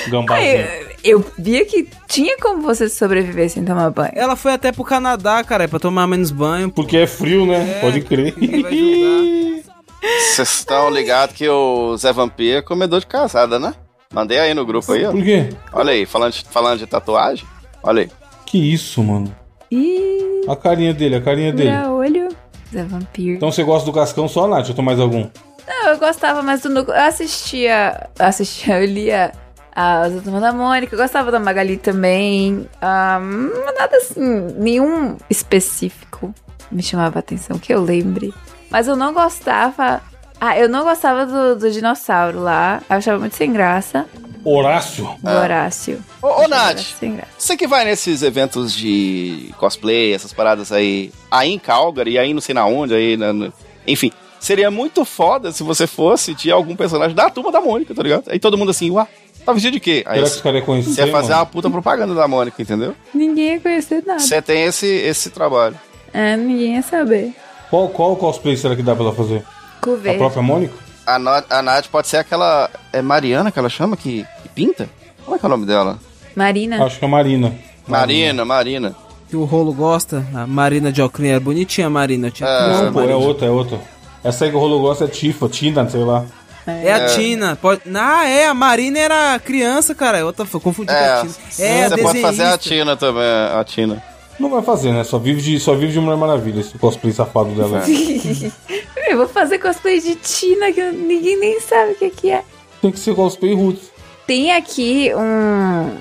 [SPEAKER 4] um
[SPEAKER 2] Gambazinho.
[SPEAKER 3] Ai, é. eu via que tinha como você sobreviver sem tomar banho.
[SPEAKER 4] Ela foi até pro Canadá, cara, pra tomar menos banho.
[SPEAKER 2] Porque é frio, né? Pode crer.
[SPEAKER 4] Ninguém vai julgar.
[SPEAKER 6] Vocês estão ligados que o Zé Vampiro é comedor de casada, né? Mandei aí no grupo aí, ó.
[SPEAKER 2] Por quê?
[SPEAKER 6] Olha aí, falando de, falando de tatuagem. Olha aí.
[SPEAKER 2] Que isso, mano?
[SPEAKER 3] Ih,
[SPEAKER 2] A carinha dele, a carinha dele.
[SPEAKER 3] pra olho. Zé Vampiro.
[SPEAKER 2] Então você gosta do Cascão só, Nath? Eu tô mais algum.
[SPEAKER 3] Não, eu gostava mais do núcleo. Eu assistia. Assistia, eu lia ah, as Turma da Mônica, eu gostava da Magali também. Ah, mas nada assim, nenhum específico me chamava a atenção, que eu lembre. Mas eu não gostava. Ah, eu não gostava do, do dinossauro lá. Eu achava muito sem graça.
[SPEAKER 2] Horácio.
[SPEAKER 3] Do Horácio.
[SPEAKER 6] Ô, ô
[SPEAKER 3] Achava
[SPEAKER 6] Nath,
[SPEAKER 3] Sem graça.
[SPEAKER 6] você que vai nesses eventos de cosplay, essas paradas aí, aí em Calgary, aí não sei na onde, aí na, no- Enfim, seria muito foda se você fosse de algum personagem da turma da Mônica, tá ligado? Aí todo mundo assim, uá, tá vestido de quê? Aí
[SPEAKER 2] Será que os
[SPEAKER 6] você
[SPEAKER 2] caras iam conhecer?
[SPEAKER 6] ia fazer
[SPEAKER 2] mano?
[SPEAKER 6] uma puta propaganda da Mônica, entendeu?
[SPEAKER 3] Ninguém ia conhecer nada.
[SPEAKER 6] Você tem esse, esse trabalho.
[SPEAKER 3] É, ninguém ia saber.
[SPEAKER 2] Qual, qual cosplay será que dá pra ela fazer? A
[SPEAKER 3] Cover.
[SPEAKER 2] própria Mônica?
[SPEAKER 6] A, no, a Nath pode ser aquela. É Mariana que ela chama que, que pinta? Como é que é o nome dela?
[SPEAKER 3] Marina.
[SPEAKER 2] Acho que é a Marina.
[SPEAKER 6] Marina, Marina.
[SPEAKER 4] Que o rolo gosta. A Marina de Ocrinha é bonitinha, a Marina. Eu tinha um
[SPEAKER 6] É.
[SPEAKER 4] visto a
[SPEAKER 2] Não, pô, é
[SPEAKER 4] Marina.
[SPEAKER 2] outra, é outra. Essa aí que o Rolo gosta é Tifa, Tina, sei lá.
[SPEAKER 4] É a Tina. Pode... Ah, é. A Marina era criança, cara. Eu tô confundindo
[SPEAKER 6] É,
[SPEAKER 4] a Tina. É, a
[SPEAKER 6] você pode fazer a
[SPEAKER 4] desenhista.
[SPEAKER 6] Tina também, a Tina.
[SPEAKER 2] Não vai fazer, né? Só vive de, só vive de Mulher Maravilha, esse cosplay safado dela.
[SPEAKER 6] É.
[SPEAKER 3] Eu vou fazer cosplay de Tina, que ninguém nem sabe o que que é.
[SPEAKER 2] Tem que ser cosplay roots.
[SPEAKER 3] Tem aqui um,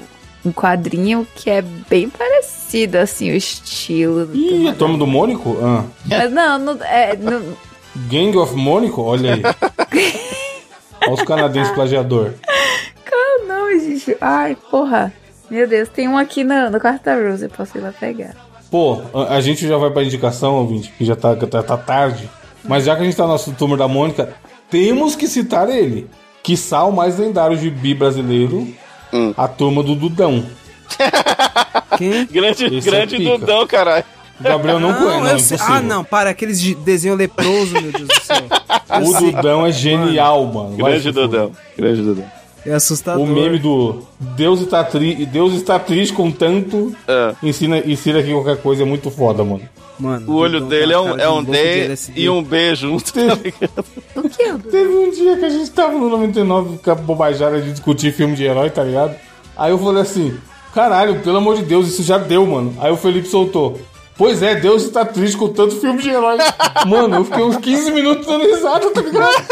[SPEAKER 3] um quadrinho que é bem parecido, assim, o estilo. do
[SPEAKER 2] Ih, a
[SPEAKER 3] Tomás.
[SPEAKER 2] turma do Mônico? Ah.
[SPEAKER 3] Mas não, não, é, não-
[SPEAKER 2] Gang of Mônico? Olha aí. Olha os canadenses plagiador.
[SPEAKER 3] qual é o nome, gente? Ai, porra. Meu Deus, tem um aqui no, no quarto da Rose, eu posso ir lá pegar.
[SPEAKER 2] Pô, a, a gente já vai pra indicação, ouvinte, que já tá, tá, tá tarde. Mas já que a gente tá no nosso turma da Mônica, temos que citar ele. Que o mais lendário de bi brasileiro,
[SPEAKER 6] Hum.
[SPEAKER 2] a turma do Dudão.
[SPEAKER 4] Quem?
[SPEAKER 5] Grande,
[SPEAKER 2] Esse é
[SPEAKER 5] grande
[SPEAKER 2] pica.
[SPEAKER 5] Dudão, caralho.
[SPEAKER 2] O Gabriel não, conhece, não,
[SPEAKER 4] eu sei.
[SPEAKER 2] impossível.
[SPEAKER 4] Ah, não, para, aqueles de desenho leproso, meu Deus do céu. Eu
[SPEAKER 2] O
[SPEAKER 4] sei.
[SPEAKER 2] Dudão é genial, mano. Vai
[SPEAKER 6] Grande
[SPEAKER 2] se fuder.
[SPEAKER 6] Dudão. Grande Dudão.
[SPEAKER 4] É assustador.
[SPEAKER 2] O meme do Deus está, tri... Deus está triste com tanto.
[SPEAKER 6] É.
[SPEAKER 2] Ensina, ensina aqui qualquer coisa, é muito foda, mano.
[SPEAKER 4] Mano,
[SPEAKER 6] O olho
[SPEAKER 4] Dudão
[SPEAKER 6] dele
[SPEAKER 4] tá
[SPEAKER 6] é
[SPEAKER 4] com
[SPEAKER 6] um,
[SPEAKER 4] cara
[SPEAKER 6] é
[SPEAKER 4] de
[SPEAKER 6] um
[SPEAKER 4] boca de
[SPEAKER 6] D
[SPEAKER 4] LSD.
[SPEAKER 6] e um B junto. tá ligado?
[SPEAKER 3] O que é o do-
[SPEAKER 2] Teve um dia que a gente tava no 99 com a bobajada de discutir filme de herói, tá ligado? Aí eu falei assim: caralho, pelo amor de Deus, isso já deu, mano. Aí o Felipe soltou. Pois é, Deus está triste com tanto filme de herói. Mano, eu fiquei uns 15 minutos dando risada, tá ligado?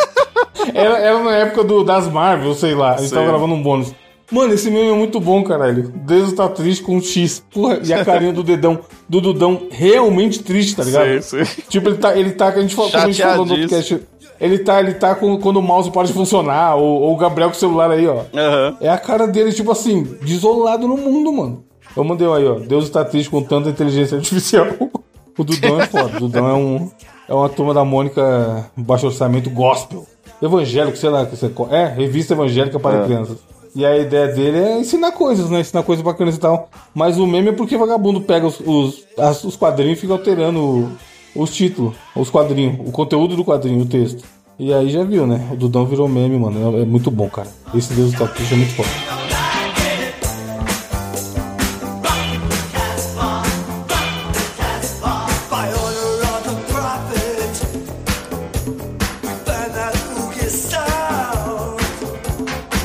[SPEAKER 2] Era, era na época do, das Marvel, sei lá. A gente tava gravando um bônus. Mano, esse meme é muito bom, caralho. Deus está triste com um X. Porra, e a carinha do dedão, do Dudão, realmente triste, tá ligado?
[SPEAKER 6] Sim, sim.
[SPEAKER 2] Tipo, ele tá, ele tá, que a gente falou, como a gente falou no outro
[SPEAKER 6] Chateadíssimo.
[SPEAKER 2] podcast, ele tá, ele tá com, quando o mouse para de funcionar, ou, ou o Gabriel com o celular aí, ó.
[SPEAKER 6] Aham.
[SPEAKER 2] É a cara dele, tipo assim, desolado no mundo, mano. Eu mandei um aí, ó, Deus está triste com tanta inteligência artificial. O Dudão é foda, o Dudão é um, é uma turma da Mônica baixo orçamento gospel. Evangélico, sei lá, que você, é, revista evangélica para crianças. E a ideia dele é ensinar coisas, né? Ensinar coisas bacanas e tal. Mas o meme é porque vagabundo pega os, os, as- os quadrinhos e fica alterando o- os títulos, os quadrinhos, o conteúdo do quadrinho, o texto. E aí já viu, né? O Dudão virou meme, mano. É, é muito bom, cara. Esse Deus do Tatuíche é muito forte.
[SPEAKER 7] By order of the prophet, we find out who gets sound.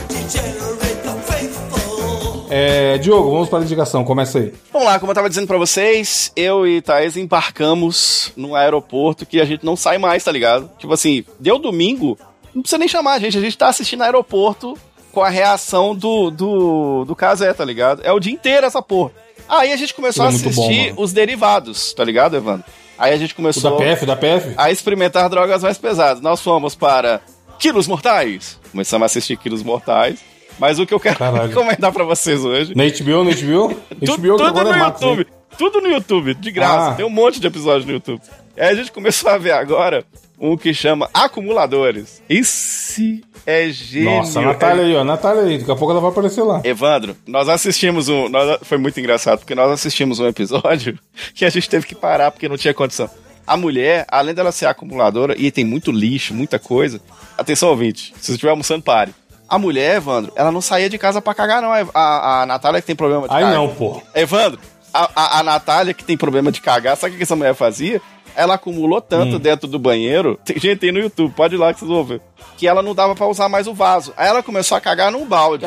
[SPEAKER 7] Degenerate the faithful.
[SPEAKER 2] É, É, Diogo, vamos para a indicação, começa aí.
[SPEAKER 6] Vamos lá, como eu tava dizendo pra vocês, eu e Thaís embarcamos num aeroporto que a gente não sai mais, tá ligado? Tipo assim, deu domingo, não precisa nem chamar a gente, a gente tá assistindo aeroporto com a reação do, do, do Casé, tá ligado? É o dia inteiro essa porra. Aí a gente começou
[SPEAKER 2] Ele é
[SPEAKER 6] a
[SPEAKER 2] muito bom,
[SPEAKER 6] assistir
[SPEAKER 2] mano.
[SPEAKER 6] os derivados, tá ligado, Evandro? Aí a gente
[SPEAKER 2] O da
[SPEAKER 6] começou
[SPEAKER 2] PF, o da PF?
[SPEAKER 6] a experimentar drogas mais pesadas. Nós fomos para Quilos Mortais. Começamos a assistir Quilos Mortais. Mas o que eu quero
[SPEAKER 2] Caralho.
[SPEAKER 6] recomendar pra vocês hoje
[SPEAKER 2] Na HBO, na HBO?
[SPEAKER 6] Tu-
[SPEAKER 2] HBO que
[SPEAKER 6] tudo
[SPEAKER 2] agora
[SPEAKER 6] no
[SPEAKER 2] é Max,
[SPEAKER 6] YouTube.
[SPEAKER 2] né?
[SPEAKER 6] Tudo no YouTube, de graça.
[SPEAKER 2] Ah.
[SPEAKER 6] Tem um monte de episódios no YouTube. Aí a gente começou a ver agora um que chama Acumuladores. Esse é gênio.
[SPEAKER 2] Nossa, a Natália aí, ó. Natália aí, daqui a pouco ela vai aparecer lá.
[SPEAKER 6] Evandro, nós assistimos um. nós- foi muito engraçado, porque nós assistimos um episódio que a gente teve que parar porque não tinha condição. A mulher, além dela ser acumuladora, e tem muito lixo, muita coisa. Atenção, ouvinte, se você estiver almoçando, pare. A mulher, Evandro, ela não saía de casa pra cagar, não. A, a Natália que tem problema de
[SPEAKER 2] Aí
[SPEAKER 6] cagar.
[SPEAKER 2] não, pô.
[SPEAKER 6] Evandro, a, a, a Natália, que tem problema de cagar, sabe o que essa mulher fazia? Ela acumulou
[SPEAKER 2] Hum.
[SPEAKER 6] tanto dentro do banheiro. Tem, gente, tem no YouTube, pode ir lá que vocês vão ver. Que ela não dava pra usar mais o vaso. Aí ela começou a cagar num balde.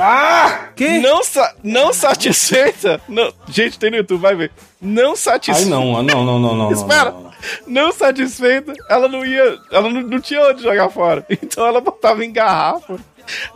[SPEAKER 4] Que?
[SPEAKER 6] Não, sa- não satisfeita. Não, gente, tem no YouTube, vai ver. Não
[SPEAKER 2] Aí
[SPEAKER 6] satisfeita.
[SPEAKER 2] não, ah, não, não, não, não. não,
[SPEAKER 6] Espera.
[SPEAKER 2] não, não.
[SPEAKER 6] Não satisfeita, ela não ia. Ela não, não tinha onde jogar fora. Então ela botava em garrafa.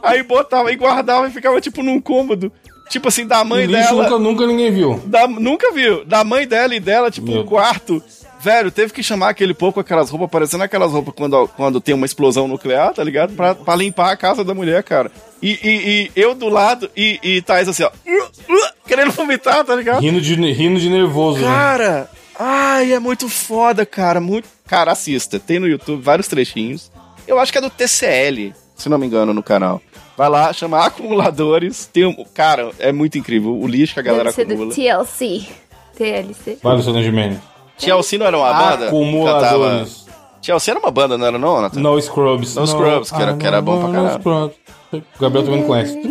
[SPEAKER 6] Aí botava e guardava e ficava tipo num cômodo. Tipo assim, da mãe
[SPEAKER 2] Lixo
[SPEAKER 6] dela.
[SPEAKER 2] nunca, nunca ninguém viu.
[SPEAKER 6] Da- nunca viu. Da mãe dela e dela, tipo,
[SPEAKER 2] Meu
[SPEAKER 6] um quarto. Velho, teve que chamar aquele povo com aquelas roupas, parecendo aquelas roupas quando, quando tem uma explosão nuclear, tá ligado? Pra, pra limpar a casa da mulher, cara. E, e- e eu do lado e, e Thaís assim, ó. "Uh, uh", querendo vomitar, tá ligado?
[SPEAKER 2] Rindo de, rindo de nervoso, né?
[SPEAKER 6] Cara, ai, é muito foda, cara. Muito. Cara, assista. Tem no YouTube vários trechinhos. Eu acho que é do TCL, se não me engano, no canal. Vai lá, chama Acumuladores. Tem um... Cara, é muito incrível. O lixo que a galera
[SPEAKER 3] Deve ser do
[SPEAKER 6] acumula.
[SPEAKER 3] TLC. TLC.
[SPEAKER 2] Vai, Luciano Gimenez.
[SPEAKER 6] Chelsea não era uma banda? Cantava-
[SPEAKER 2] Ah, Acumuladores.
[SPEAKER 6] Chelsea era uma banda, não era não, Nathan?
[SPEAKER 2] No Scrubs.
[SPEAKER 6] No Scrubs, que era- que era bom pra
[SPEAKER 2] No
[SPEAKER 6] caralho.
[SPEAKER 2] Scrubs. O Gabriel também não conhece.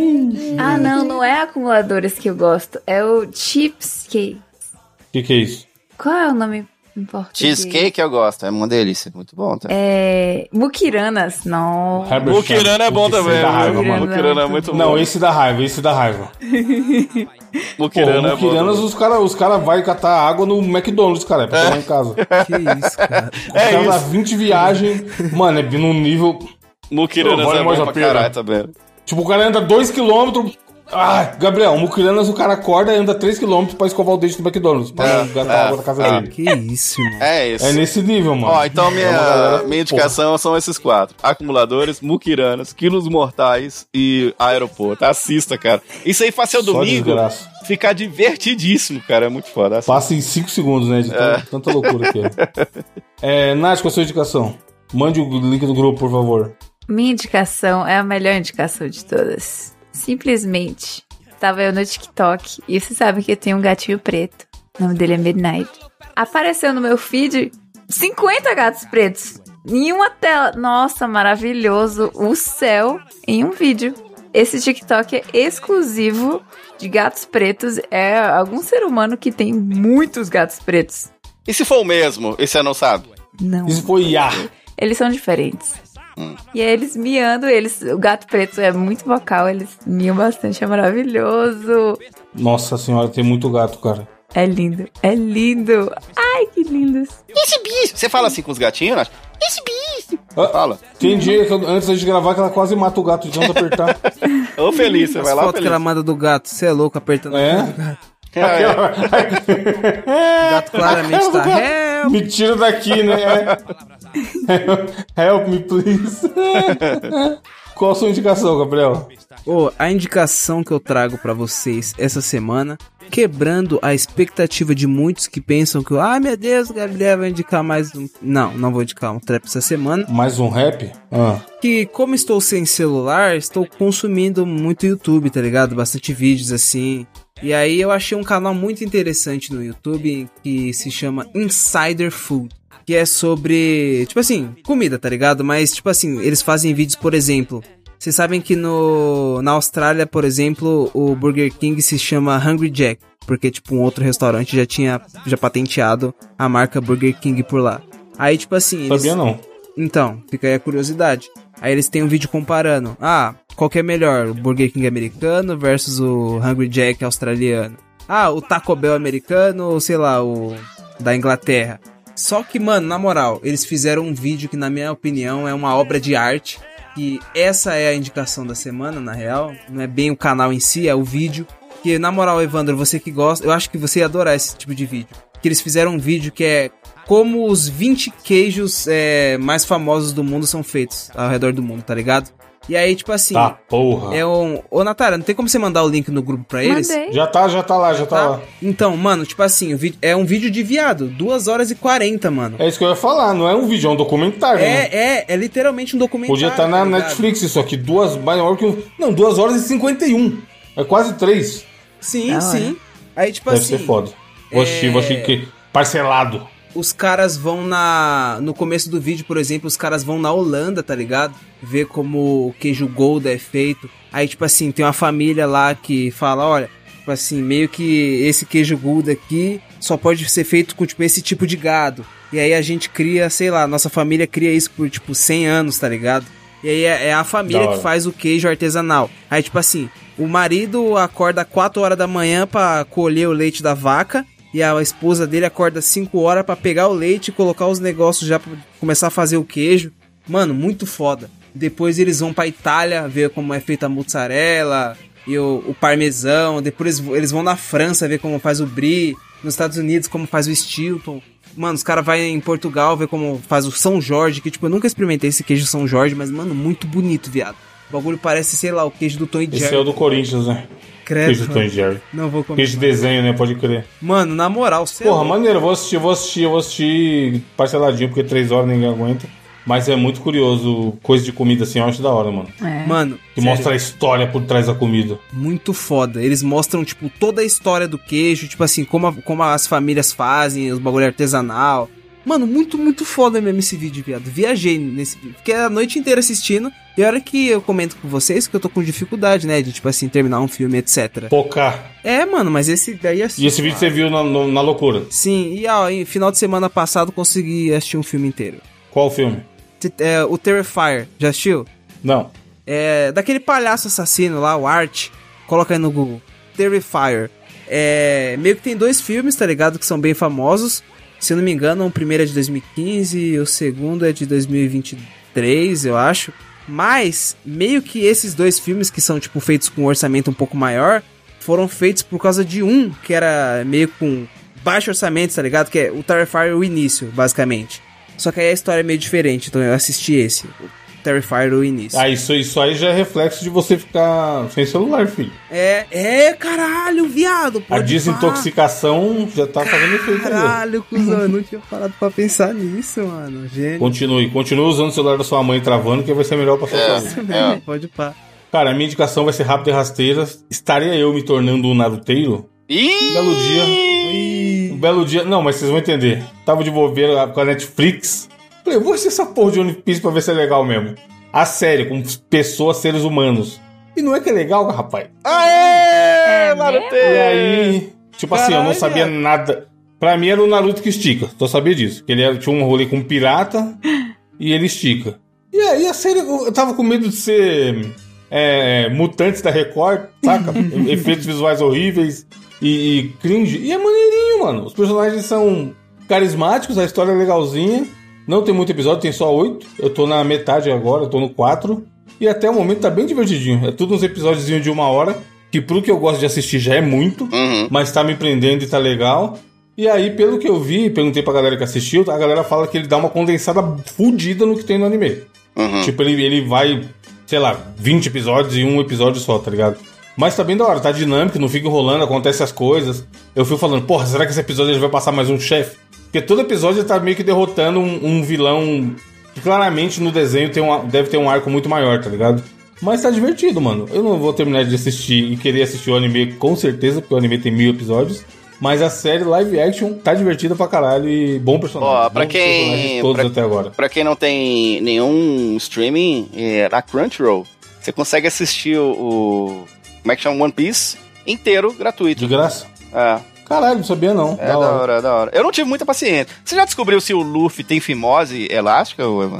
[SPEAKER 3] Ah, não, não é acumuladores que eu gosto. É o Cheapskate.
[SPEAKER 2] O que, que é isso?
[SPEAKER 3] Qual é o nome em português?
[SPEAKER 6] Cheesecake eu gosto, é uma delícia, muito bom. Tá?
[SPEAKER 3] É. Muquiranas, não.
[SPEAKER 2] Herbert
[SPEAKER 6] Mukirana é bom
[SPEAKER 2] Esse
[SPEAKER 6] também.
[SPEAKER 2] dá raiva,
[SPEAKER 3] Mukirana.
[SPEAKER 2] mano.
[SPEAKER 6] Mukirana é muito bom.
[SPEAKER 2] Não, esse dá raiva, esse dá raiva. Pô,
[SPEAKER 6] Mukirana é bom.
[SPEAKER 2] Mukiranas, os caras os cara vai catar água no McDonald's, cara, pra tomar em casa.
[SPEAKER 4] Que isso, cara.
[SPEAKER 6] É
[SPEAKER 2] Os caras dá
[SPEAKER 6] isso.
[SPEAKER 2] 20 viagens, mano, é num nível...
[SPEAKER 6] Mukirana
[SPEAKER 2] Pô,
[SPEAKER 6] é
[SPEAKER 2] vale mais
[SPEAKER 6] bom
[SPEAKER 2] a
[SPEAKER 6] pra
[SPEAKER 2] pena.
[SPEAKER 6] caralho também.
[SPEAKER 2] Tipo, o cara anda 2km... Ah, Gabriel, Mukiranas, o cara acorda e anda 3km pra escovar o dente do McDonald's, pra
[SPEAKER 6] É,
[SPEAKER 2] não gastar
[SPEAKER 6] é,
[SPEAKER 2] água da casa dele.
[SPEAKER 4] Que isso, mano.
[SPEAKER 6] É isso.
[SPEAKER 2] É nesse nível, mano.
[SPEAKER 6] Ó, então minha,
[SPEAKER 2] É uma galera-
[SPEAKER 6] minha indicação são esses quatro: acumuladores, muquiranas, quilos mortais e aeroporto. Assista, cara. Isso aí faz seu
[SPEAKER 2] Só
[SPEAKER 6] domingo
[SPEAKER 2] desgraça.
[SPEAKER 6] ficar divertidíssimo, cara. É muito foda. Assista.
[SPEAKER 2] Passa em 5 segundos, né? De
[SPEAKER 6] É.
[SPEAKER 2] tan- tanta loucura que é. é. Nath, qual a sua indicação? Mande o link do grupo, por favor.
[SPEAKER 3] Minha indicação é a melhor indicação de todas. Simplesmente. Tava eu no TikTok e você sabe que eu tenho um gatinho preto. O nome dele é Midnight. Apareceu no meu feed 50 gatos pretos em uma tela. Nossa, maravilhoso. O céu em um vídeo. Esse TikTok é exclusivo de gatos pretos. É algum ser humano que tem muitos gatos pretos.
[SPEAKER 6] E se for o mesmo, e você não sabe?
[SPEAKER 3] Não.
[SPEAKER 2] Isso foi IA.
[SPEAKER 3] Eles são diferentes.
[SPEAKER 2] Hum.
[SPEAKER 3] E aí eles miando, eles. O gato preto é muito vocal, eles miam bastante, é maravilhoso.
[SPEAKER 2] Nossa senhora, tem muito gato, cara.
[SPEAKER 3] É lindo, é lindo. Ai, que lindos.
[SPEAKER 6] Esse bicho! Você fala assim com os gatinhos, Nath? Esse bicho! Fala.
[SPEAKER 2] Tem dia que eu- antes da gente gravar que ela quase mata o gato de tanto apertar.
[SPEAKER 6] Ô, feliz, você
[SPEAKER 4] As
[SPEAKER 6] vai lá,
[SPEAKER 4] fotos que
[SPEAKER 6] feliz.
[SPEAKER 4] ela manda do gato, você é louco apertando.
[SPEAKER 2] É?
[SPEAKER 6] Ah, é.
[SPEAKER 4] O gato claramente tá help.
[SPEAKER 2] Me tira daqui, né? É. Help me, please. Qual a sua indicação, Gabriel?
[SPEAKER 4] Ô, a indicação que eu trago pra vocês essa semana, quebrando a expectativa de muitos que pensam que, ah, meu Deus, o Gabriel vai indicar mais um. Não, não vou indicar um trap essa semana.
[SPEAKER 2] Mais um rap? Ah.
[SPEAKER 4] que como estou sem celular, estou consumindo muito YouTube, tá ligado? Bastante vídeos assim. E aí eu achei um canal muito interessante no YouTube que se chama Insider Food, que é sobre, tipo assim, comida, tá ligado? Mas tipo assim, eles fazem vídeos, por exemplo, vocês sabem que no na Austrália, por exemplo, o Burger King se chama Hungry Jack, porque tipo um outro restaurante já tinha já patenteado a marca Burger King por lá. Aí tipo assim, eles-
[SPEAKER 2] Sabia não.
[SPEAKER 4] então, fica aí a curiosidade. Aí eles têm um vídeo comparando. Ah, Qual que é melhor? O Burger King americano versus o Hungry Jack australiano? Ah, o Taco Bell americano ou sei lá, o da Inglaterra. Só que, mano, na moral, eles fizeram um vídeo que, na minha opinião, é uma obra de arte. E essa é a indicação da semana, na real. Não é bem o canal em si, é o vídeo. Que, na moral, Evandro, você que gosta, eu acho que você ia adorar esse tipo de vídeo. Que eles fizeram um vídeo que é como os 20 queijos é, mais famosos do mundo são feitos ao redor do mundo, tá ligado? E aí, tipo assim.
[SPEAKER 2] Tá, porra.
[SPEAKER 4] É um. Ô, Natália, não tem como você mandar o link no grupo pra eles?
[SPEAKER 3] Mandei.
[SPEAKER 2] Já tá, já tá lá, já tá, lá.
[SPEAKER 4] Então, mano, tipo assim, o vídeo- é um vídeo de viado, 2 horas e 40, mano.
[SPEAKER 2] É isso que eu ia falar, não é um vídeo, é um documentário, né?
[SPEAKER 4] É, é, é literalmente um documentário.
[SPEAKER 2] Podia estar na
[SPEAKER 4] tá ligado?
[SPEAKER 2] Netflix isso aqui, duas, maior que um... Não, duas horas e 51. É quase três.
[SPEAKER 4] Sim,
[SPEAKER 3] Ah,
[SPEAKER 4] sim. Aí, tipo
[SPEAKER 2] Deve
[SPEAKER 4] assim, é,
[SPEAKER 2] ser foda. Vou assistir, vou assistir que... parcelado.
[SPEAKER 4] os caras vão na. No começo do vídeo, por exemplo, os caras vão na Holanda, tá ligado? Ver como o queijo Golda é feito. Aí, tipo assim, tem uma família lá que fala: olha, tipo assim, meio que esse queijo Golda aqui só pode ser feito com, tipo, esse tipo de gado. E aí a gente cria, sei lá, nossa família cria isso por, tipo, 100 anos, tá ligado? E aí é é a
[SPEAKER 2] Da
[SPEAKER 4] família
[SPEAKER 2] hora.
[SPEAKER 4] que faz o queijo artesanal. Aí, tipo assim, o marido acorda 4 horas da manhã pra colher o leite da vaca. E a esposa dele acorda 5 horas pra pegar o leite e colocar os negócios já pra começar a fazer o queijo. Mano, muito foda. Depois eles vão pra Itália ver como é feita a mozzarella e o, o parmesão. Depois eles, eles vão na França ver como faz o brie. Nos Estados Unidos, como faz o Stilton. Mano, os caras vão em Portugal ver como faz o São Jorge, que tipo, eu nunca experimentei esse queijo São Jorge, mas, mano, muito bonito, viado. O bagulho parece, sei lá, o queijo do Tom e
[SPEAKER 2] Esse
[SPEAKER 4] Jerry. É, tá.
[SPEAKER 2] é o do Corinthians, né?
[SPEAKER 4] Credo,
[SPEAKER 2] Queijo do Tom e
[SPEAKER 4] mano.
[SPEAKER 2] Jerry.
[SPEAKER 4] Não vou comer.
[SPEAKER 2] Queijo de desenho, né? Pode crer.
[SPEAKER 4] Mano, na moral, você é
[SPEAKER 2] Porra, maneiro, vou assistir, vou assistir, vou assistir parceladinho, porque três horas ninguém aguenta. Mas é muito curioso, coisa de comida assim, eu acho da hora, mano.
[SPEAKER 3] É.
[SPEAKER 4] Mano,
[SPEAKER 2] Que
[SPEAKER 4] sério,
[SPEAKER 2] mostra a história por trás da comida.
[SPEAKER 4] muito foda. Eles mostram, tipo, toda a história do queijo, tipo assim, como, a- como as famílias fazem, os bagulho artesanal. Mano, muito, muito foda mesmo esse vídeo, viado. Viajei nesse vídeo. Fiquei a noite inteira assistindo. E a hora que eu comento com vocês, que eu tô com dificuldade, né? De, tipo assim, terminar um filme, etc.
[SPEAKER 2] Focar.
[SPEAKER 4] É, mano, mas esse daí é assim.
[SPEAKER 2] E esse vídeo você viu na, no- na loucura.
[SPEAKER 4] Sim, e ó, em final de semana passado consegui assistir um filme inteiro.
[SPEAKER 2] Qual o filme?
[SPEAKER 4] T- é, o Terrifier, já assistiu?
[SPEAKER 2] Não.
[SPEAKER 4] É, daquele palhaço assassino lá, o Art. Coloca aí no Google. Terrifier. É, meio que tem dois filmes, tá ligado? Que são bem famosos. Se eu não me engano, o primeiro é de 2015 e o segundo é de 2023, eu acho. Mas, meio que esses dois filmes, que são, tipo, feitos com um orçamento um pouco maior, foram feitos por causa de um que era meio com baixo orçamento, tá ligado? Que é o Terrifier o início, basicamente. Só que aí a história é meio diferente, então eu assisti esse. O Terrifier o início.
[SPEAKER 2] Ah, isso, isso aí já é reflexo de você ficar sem celular, filho.
[SPEAKER 4] É, é, caralho, viado.
[SPEAKER 2] A
[SPEAKER 4] pode
[SPEAKER 2] desintoxicação já tá fazendo
[SPEAKER 4] pá.
[SPEAKER 2] efeito aí.
[SPEAKER 4] Caralho, cuzão, eu não tinha parado pra pensar nisso, mano. Gênio.
[SPEAKER 2] Continue, continue usando o celular da sua mãe travando, que vai ser melhor pra sua saúde.
[SPEAKER 6] É.
[SPEAKER 4] Pode pá.
[SPEAKER 2] Cara, a minha indicação vai ser rápida e rasteira. Estaria eu me tornando um naruteiro? Um
[SPEAKER 6] Ih!
[SPEAKER 2] belo dia. Um belo dia. Não, mas vocês vão entender. Tava de bobeira com a Netflix. Falei, vou assistir essa porra de One Piece pra ver se é legal mesmo. A série, com pessoas, seres humanos. E não é que é legal, rapaz?
[SPEAKER 5] Aê, Marutê!
[SPEAKER 6] É.
[SPEAKER 2] E aí, tipo assim, eu não
[SPEAKER 4] Caralho.
[SPEAKER 2] sabia nada. Pra mim era o Naruto que estica, só sabia disso. Que ele era- tinha um rolê com um pirata e ele estica. E aí a série, eu tava com medo de ser é, mutantes da Record, saca? Efeitos visuais horríveis e, e cringe. E é maneirinho, mano. Os personagens são carismáticos, a história é legalzinha. Não tem muito episódio, tem só oito. Eu tô na metade agora, eu tô no quatro. E até o momento tá bem divertidinho. É tudo uns episódios de uma hora, que pro que eu gosto de assistir já é muito,
[SPEAKER 6] Uhum.
[SPEAKER 2] mas tá me prendendo e tá legal. E aí, pelo que eu vi, perguntei pra galera que assistiu, a galera fala que ele dá uma condensada fudida no que tem no anime.
[SPEAKER 6] Uhum.
[SPEAKER 2] Tipo, ele, ele vai, sei lá, 20 episódios e um episódio só, tá ligado? Mas tá bem da hora, tá dinâmico, não fica enrolando, acontece as coisas. Eu fui falando, porra, será que esse episódio ele vai passar mais um chefe? Porque todo episódio ele tá meio que derrotando um, um vilão que claramente no desenho tem um, deve ter um arco muito maior, tá ligado? Mas tá divertido, mano. Eu não vou terminar de assistir e querer assistir o anime com certeza, porque o anime tem mil episódios. Mas a série live action tá divertida pra caralho e bom personagem.
[SPEAKER 6] Ó, pra
[SPEAKER 2] Bons
[SPEAKER 6] quem-
[SPEAKER 2] personagens Todos
[SPEAKER 6] pra-
[SPEAKER 2] até agora.
[SPEAKER 6] Pra quem não tem nenhum streaming, é, na Crunchyroll, você consegue assistir o, o- Como é que chama? One Piece inteiro, gratuito.
[SPEAKER 2] De graça?
[SPEAKER 6] É,
[SPEAKER 2] Caralho, não sabia não.
[SPEAKER 6] é da hora, é da hora. Eu não tive muita paciência. Você já descobriu se o Luffy tem fimose elástica, ô, Evan?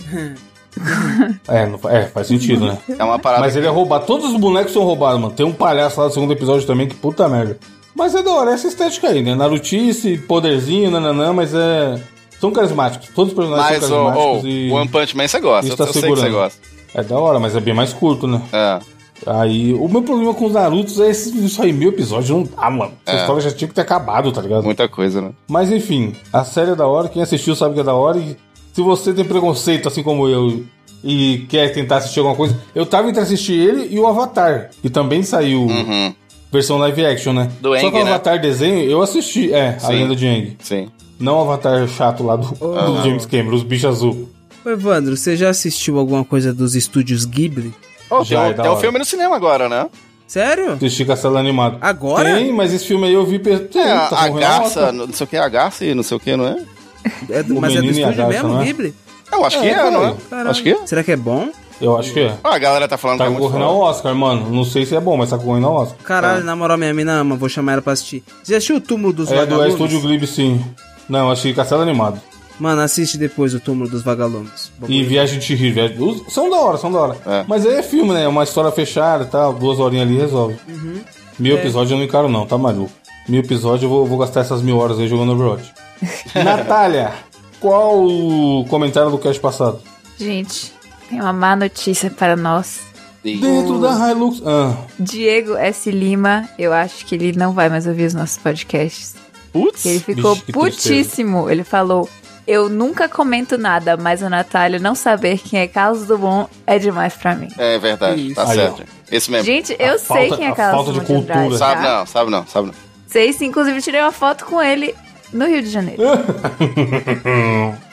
[SPEAKER 2] É, não fa- é, faz sentido, né?
[SPEAKER 6] É uma parada.
[SPEAKER 2] Mas ele é roubado. Todos os bonecos são roubados, mano. Tem um palhaço lá do segundo episódio também, que puta merda. Mas é da hora, essa estética aí, né? Narutice, poderzinho, nananã, mas é. São carismáticos. Todos os personagens
[SPEAKER 6] Mas,
[SPEAKER 2] são
[SPEAKER 6] ô,
[SPEAKER 2] carismáticos
[SPEAKER 6] ô,
[SPEAKER 2] e.
[SPEAKER 6] One Punch Man você gosta.
[SPEAKER 2] isso
[SPEAKER 6] Eu,
[SPEAKER 2] tá
[SPEAKER 6] eu sei que você
[SPEAKER 2] segurando.
[SPEAKER 6] gosta.
[SPEAKER 2] É da hora, mas é bem mais curto, né?
[SPEAKER 6] É.
[SPEAKER 2] Aí, o meu problema com os Narutos é esse, isso aí, mil episódios, não dá, mano. Essa
[SPEAKER 6] É.
[SPEAKER 2] história já tinha que ter acabado, tá ligado?
[SPEAKER 6] Muita coisa, né?
[SPEAKER 2] Mas enfim, a série é da hora, quem assistiu sabe que é da hora. E se você tem preconceito, assim como eu, e quer tentar assistir alguma coisa, eu tava entre assistir ele e o Avatar, que também saiu
[SPEAKER 6] Uhum.
[SPEAKER 2] versão live action, né?
[SPEAKER 6] Do
[SPEAKER 2] Só
[SPEAKER 6] Aang,
[SPEAKER 2] que o
[SPEAKER 6] né?
[SPEAKER 2] Avatar desenho eu assisti, é, a
[SPEAKER 6] Sim.
[SPEAKER 2] lenda de Aang.
[SPEAKER 6] Sim.
[SPEAKER 2] Não o Avatar chato lá do, do James Cameron, os bichos azul.
[SPEAKER 4] Ô, Evandro, você já assistiu alguma coisa dos estúdios Ghibli?
[SPEAKER 6] Ô,
[SPEAKER 2] Já
[SPEAKER 6] tem
[SPEAKER 2] é
[SPEAKER 6] o-
[SPEAKER 2] da
[SPEAKER 6] tem o
[SPEAKER 2] hora.
[SPEAKER 6] filme no cinema agora, né?
[SPEAKER 4] Sério?
[SPEAKER 2] Assisti Castelo Animado.
[SPEAKER 4] Agora?
[SPEAKER 2] Tem, mas esse filme aí eu vi... per- Tem, tá
[SPEAKER 6] É, a, a
[SPEAKER 2] concorrendo ao
[SPEAKER 6] Garça,
[SPEAKER 2] Oscar.
[SPEAKER 6] não sei o que, a Garça e não sei o que, não é?
[SPEAKER 4] É do-
[SPEAKER 2] O
[SPEAKER 4] mas é do
[SPEAKER 2] Menino e a
[SPEAKER 4] estúdio
[SPEAKER 2] Garça,
[SPEAKER 4] mesmo,
[SPEAKER 2] né?
[SPEAKER 4] Ghibli?
[SPEAKER 6] Eu acho que
[SPEAKER 2] É,
[SPEAKER 6] é, não é?
[SPEAKER 4] Caralho.
[SPEAKER 6] Acho que é.
[SPEAKER 4] Será que é bom?
[SPEAKER 2] Eu acho que é.
[SPEAKER 6] Ah, a galera tá falando
[SPEAKER 2] Tá
[SPEAKER 6] que é muito
[SPEAKER 2] concorrendo
[SPEAKER 6] foda.
[SPEAKER 2] ao Oscar, mano. Não sei se é bom, mas tá concorrendo ao Oscar.
[SPEAKER 6] É.
[SPEAKER 4] Caralho, na moral, minha mina ama, vou chamar ela pra assistir. Você já assistiu o Túmulo dos
[SPEAKER 2] É do
[SPEAKER 4] Vagalumes?
[SPEAKER 2] Estúdio Glib, sim. Não, achei Castelo Animado.
[SPEAKER 4] Mano, assiste depois o Túmulo dos Vagalumes.
[SPEAKER 2] E Viagem de Rio. Viagem... os- São da hora, são da hora.
[SPEAKER 6] É.
[SPEAKER 2] Mas aí é filme, né? É uma história fechada e tal. Duas horinhas ali resolve. Mil episódios eu não encaro, não, tá maluco? Mil episódios eu vou, vou gastar essas mil horas aí jogando Overwatch. Natália, qual o comentário do cast passado?
[SPEAKER 3] Gente, tem uma má notícia para nós.
[SPEAKER 2] Dentro da Hilux. Ah,
[SPEAKER 3] Diego S. Lima, eu acho que ele não vai mais ouvir os nossos podcasts.
[SPEAKER 6] Putz.
[SPEAKER 3] Ele ficou
[SPEAKER 2] Vixe, que
[SPEAKER 3] putíssimo. Ele falou: Eu nunca comento nada, mas o Natália não saber quem é Carlos Dumont é demais pra mim.
[SPEAKER 6] É verdade,
[SPEAKER 4] Isso.
[SPEAKER 6] tá
[SPEAKER 2] Aí, ó.
[SPEAKER 6] certo. Esse mesmo.
[SPEAKER 3] Gente, eu
[SPEAKER 2] A
[SPEAKER 3] sei
[SPEAKER 2] falta-
[SPEAKER 3] quem é
[SPEAKER 2] a
[SPEAKER 3] Carlos
[SPEAKER 2] falta de
[SPEAKER 3] Dumont de Andrade.
[SPEAKER 2] cultura.
[SPEAKER 6] Sabe
[SPEAKER 3] tá?
[SPEAKER 6] não, sabe não, sabe não.
[SPEAKER 3] Vocês, inclusive, tirei uma foto com ele no Rio de Janeiro.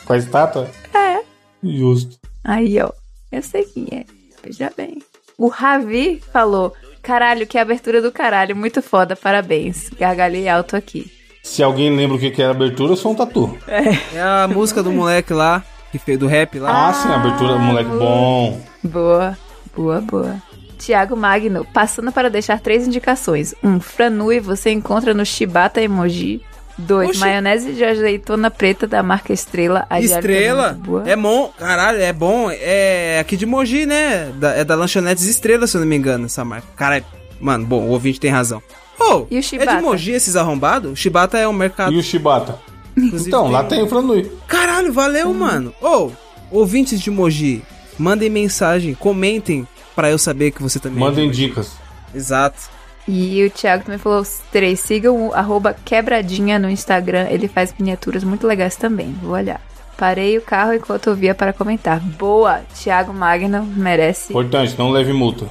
[SPEAKER 2] com a estátua?
[SPEAKER 3] É.
[SPEAKER 2] Justo.
[SPEAKER 3] Aí, ó. Eu sei quem é. Veja bem. O Ravi falou: Caralho, que abertura do caralho. Muito foda, parabéns. Gargalhei alto aqui.
[SPEAKER 2] Se alguém lembra o que que era a abertura, eu sou um tatu.
[SPEAKER 4] É a música do moleque lá, que fez do rap lá.
[SPEAKER 2] Ah, sim, a abertura, moleque bom.
[SPEAKER 3] Boa, boa, boa. Tiago Magno, passando para deixar três indicações. Um, Franui você encontra no Shibata Emoji. Dois,
[SPEAKER 4] Oxi.
[SPEAKER 3] maionese de azeitona preta da marca Estrela. A de alho também é
[SPEAKER 4] Estrela?
[SPEAKER 3] muito boa.
[SPEAKER 4] É bom. Caralho, é bom. É aqui de Mogi, né? Da- é da Lanchonetes Estrela, se eu não me engano, essa marca. Caralho. Mano, bom, o ouvinte tem razão. Ô,
[SPEAKER 3] E o
[SPEAKER 4] é
[SPEAKER 3] Chibata?
[SPEAKER 4] de Mogi esses arrombados? O Shibata é um mercado.
[SPEAKER 2] E o Shibata?
[SPEAKER 4] inclusive,
[SPEAKER 2] Então, lá tem o Franui.
[SPEAKER 4] Caralho, valeu,
[SPEAKER 3] Hum.
[SPEAKER 4] mano. Ô, ouvintes de Mogi, mandem mensagem, comentem pra eu saber que você também. é de
[SPEAKER 2] Mandem
[SPEAKER 4] Mogi.
[SPEAKER 2] dicas.
[SPEAKER 4] Exato.
[SPEAKER 3] E o Thiago também falou os três. Sigam o arroba quebradinha no Instagram. Ele faz miniaturas muito legais também. Vou olhar. Parei o carro enquanto eu via para comentar. Boa! Thiago Magno merece
[SPEAKER 2] Importante, não leve multa.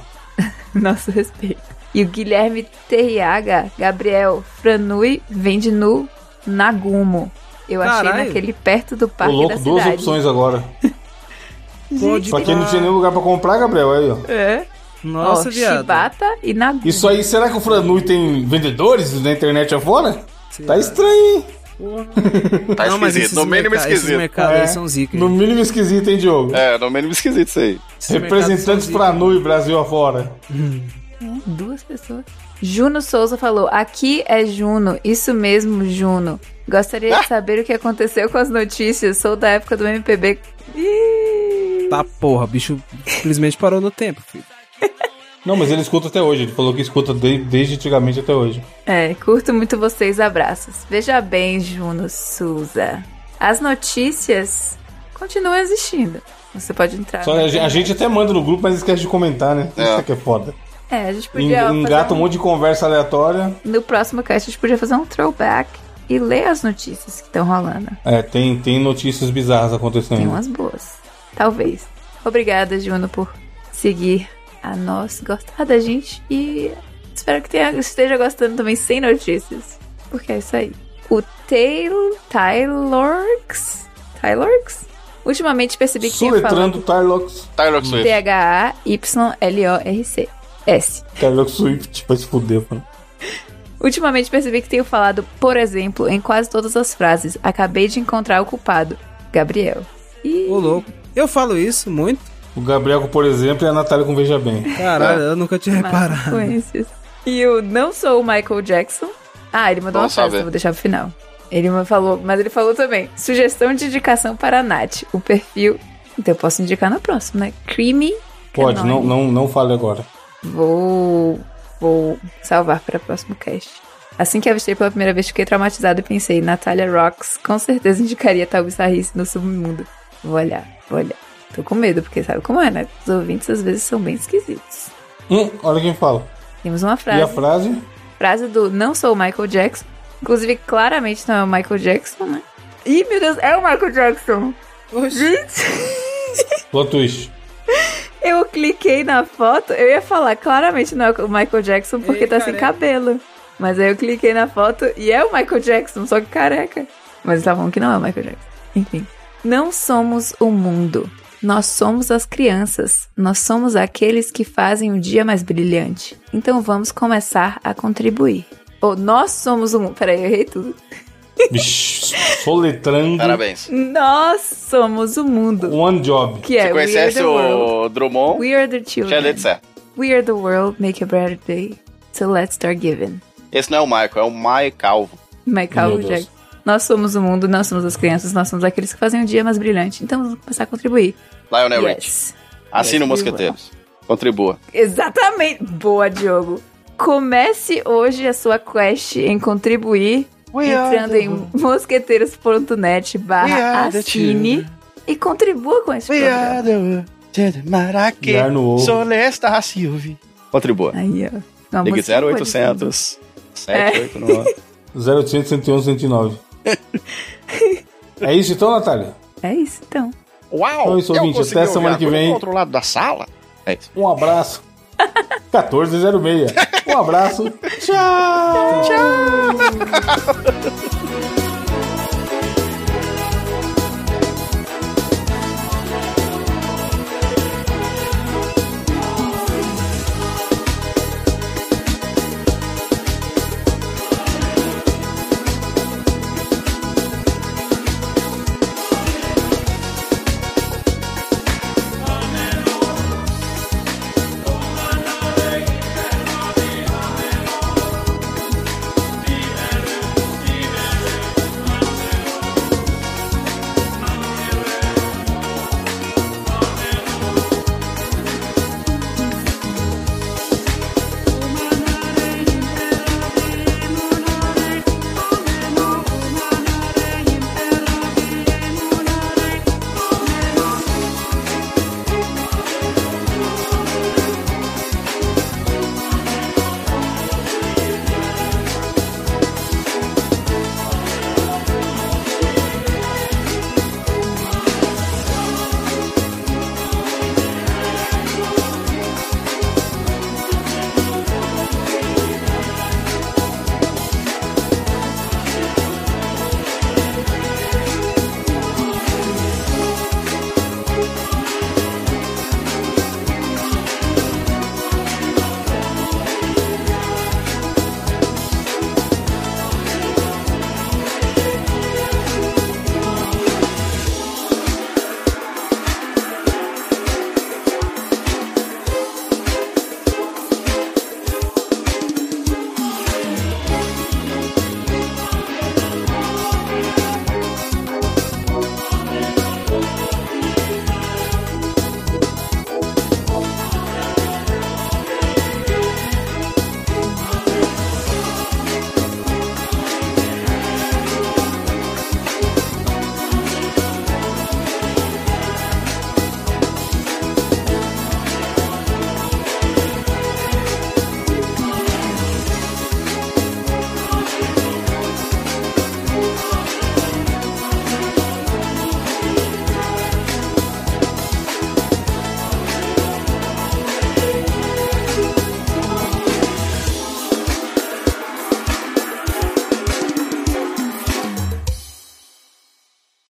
[SPEAKER 3] nosso respeito. E o Guilherme Terriaga, Gabriel Franui, vende nu Nagumo. Eu achei
[SPEAKER 4] Caralho.
[SPEAKER 3] naquele perto do
[SPEAKER 2] Ô
[SPEAKER 3] parque
[SPEAKER 2] louco,
[SPEAKER 3] da
[SPEAKER 2] duas
[SPEAKER 3] cidade.
[SPEAKER 2] opções agora.
[SPEAKER 4] Pode
[SPEAKER 2] Pra quem não tinha nem lugar pra comprar, Gabriel, aí, ó.
[SPEAKER 3] É.
[SPEAKER 4] Nossa,
[SPEAKER 3] Ó,
[SPEAKER 4] viado.
[SPEAKER 3] Shibata e Nagumo.
[SPEAKER 2] Isso aí, será que o Franui tem vendedores na internet afora? Tá estranho, hein?
[SPEAKER 6] Tá
[SPEAKER 4] Não, mas
[SPEAKER 6] esquisito,
[SPEAKER 4] esses
[SPEAKER 6] no mínimo
[SPEAKER 4] merca- Esses
[SPEAKER 6] esquisito.
[SPEAKER 4] mercados
[SPEAKER 2] É.
[SPEAKER 4] aí Ah, são zica.
[SPEAKER 2] No
[SPEAKER 4] hein?
[SPEAKER 2] mínimo esquisito, hein, Diogo?
[SPEAKER 6] É, no mínimo esquisito isso aí.
[SPEAKER 4] Esses mercados são
[SPEAKER 2] Representantes
[SPEAKER 4] zica.
[SPEAKER 2] Franui, Brasil afora.
[SPEAKER 3] Duas pessoas. Juno Souza falou: Aqui é Juno, isso mesmo, Juno. Gostaria de saber o que aconteceu com as notícias. Sou da época do MPB. Ih,
[SPEAKER 4] Tá porra, o bicho simplesmente parou no tempo, filho.
[SPEAKER 2] Não, mas ele escuta até hoje. Ele falou que escuta de- desde antigamente até hoje.
[SPEAKER 3] É, curto muito vocês, abraços. Veja bem, Juno Souza. As notícias continuam existindo. Você pode entrar.
[SPEAKER 2] Só a, ge- a gente até manda no grupo, mas esquece de comentar, né? Isso que é foda.
[SPEAKER 3] É, a gente
[SPEAKER 2] En-
[SPEAKER 3] podia. fazer
[SPEAKER 2] Engata um
[SPEAKER 3] um-
[SPEAKER 2] monte de conversa aleatória.
[SPEAKER 3] No próximo cast, a gente podia fazer um throwback e ler as notícias que estão rolando.
[SPEAKER 2] É, tem, tem notícias bizarras
[SPEAKER 3] Tem
[SPEAKER 2] acontecendo.
[SPEAKER 3] umas boas. Talvez. Obrigada, Juno, por seguir a nós, gostar da gente e espero que tenha, esteja gostando também sem notícias. Porque é isso aí. O Taylor. Taylorx? Taylorx? Ultimamente percebi que tinha
[SPEAKER 2] Soletrando
[SPEAKER 3] falado
[SPEAKER 2] Tylox.
[SPEAKER 6] Tyler Swift.
[SPEAKER 3] T-H-A-Y-L-O-R-C. S.
[SPEAKER 2] Tylox Swift, tipo, vai se fuder, mano.
[SPEAKER 3] Ultimamente percebi que tenho falado, por exemplo, em quase todas as frases. Acabei de encontrar o culpado, Gabriel. E
[SPEAKER 4] Ô, louco. Eu falo isso muito.
[SPEAKER 2] O Gabriel, por exemplo, e a Natália com Veja Bem.
[SPEAKER 4] Caralho, eu nunca tinha
[SPEAKER 3] Mas
[SPEAKER 4] reparado.
[SPEAKER 3] influências. E eu não sou o Michael Jackson. Ah, ele mandou
[SPEAKER 6] Bom
[SPEAKER 3] uma frase,
[SPEAKER 6] saber.
[SPEAKER 3] eu vou deixar pro final. Ele me falou, mas ele falou também. Sugestão de indicação para a Nath, o perfil Então eu posso indicar no próximo, né? Creamy
[SPEAKER 2] Pode, não,
[SPEAKER 3] Canone.
[SPEAKER 2] não, não fale agora.
[SPEAKER 3] Vou, vou salvar para o próximo cast. Assim que avistei pela primeira vez, fiquei traumatizado e pensei, Natalia Rocks com certeza indicaria tal bizarrice no submundo. Vou olhar, vou olhar. Tô com medo, porque sabe como é, né? Os ouvintes às vezes são bem esquisitos.
[SPEAKER 2] Hum, olha quem fala.
[SPEAKER 3] Temos uma
[SPEAKER 2] E a
[SPEAKER 3] frase.
[SPEAKER 2] frase?
[SPEAKER 3] Frase do não sou o Michael Jackson. Inclusive, claramente não é o Michael Jackson, né? Ih, meu Deus, é o Michael Jackson! Gente!
[SPEAKER 2] Plot twist.
[SPEAKER 3] Eu cliquei na foto, eu ia falar claramente não é o Michael Jackson porque
[SPEAKER 4] Ei,
[SPEAKER 3] tá sem
[SPEAKER 4] careca.
[SPEAKER 3] cabelo. Mas aí eu cliquei na foto e é o Michael Jackson, só que careca. Mas tá falando que não é o Michael Jackson. Enfim. Não somos o mundo. Nós somos as crianças. Nós somos aqueles que fazem o dia mais brilhante. Então vamos começar a contribuir. Ou nós somos o mundo. Peraí, eu errei tudo.
[SPEAKER 2] Bish, soletrando.
[SPEAKER 5] Parabéns.
[SPEAKER 3] Nós somos o mundo.
[SPEAKER 2] One job.
[SPEAKER 3] Que é
[SPEAKER 5] Se
[SPEAKER 3] We Are
[SPEAKER 5] conhecesse
[SPEAKER 3] the World.
[SPEAKER 5] o Drummond,
[SPEAKER 3] We Are the Children.
[SPEAKER 5] tinha dito certo.
[SPEAKER 3] We are the world, make a brighter day. So let's start giving.
[SPEAKER 5] Esse não é o Michael, é o Mai Calvo.
[SPEAKER 3] Michael
[SPEAKER 2] Meu Deus.
[SPEAKER 3] Jack. Nós somos o mundo, nós somos as crianças, nós somos aqueles que fazem o dia mais brilhante. Então vamos começar a contribuir.
[SPEAKER 5] Lionel Rich.
[SPEAKER 3] yes.
[SPEAKER 5] Assina o
[SPEAKER 3] Yes, we
[SPEAKER 5] Mosqueteiros. Contribua.
[SPEAKER 3] Exatamente. Boa, Diogo. Comece hoje a sua quest em contribuir entrando em mosqueteiros.net barra assine e contribua com esse programa.
[SPEAKER 5] Maraque.
[SPEAKER 2] Dar no ovo.
[SPEAKER 5] Solesta Silvi. Contribua.
[SPEAKER 3] Aí, ó. Uma
[SPEAKER 5] Ligue
[SPEAKER 3] música
[SPEAKER 5] 0800 789.
[SPEAKER 2] 0800 101 109. é isso então, Natália?
[SPEAKER 3] boa. É isso, então.
[SPEAKER 5] Uau!
[SPEAKER 2] Então é isso,
[SPEAKER 5] eu
[SPEAKER 2] ouvinte.
[SPEAKER 5] consegui
[SPEAKER 2] Até semana
[SPEAKER 5] olhar
[SPEAKER 2] que
[SPEAKER 5] por
[SPEAKER 2] vem.
[SPEAKER 5] outro lado da sala. É isso.
[SPEAKER 2] Um abraço. 1406. Um abraço. Tchau. Tchau.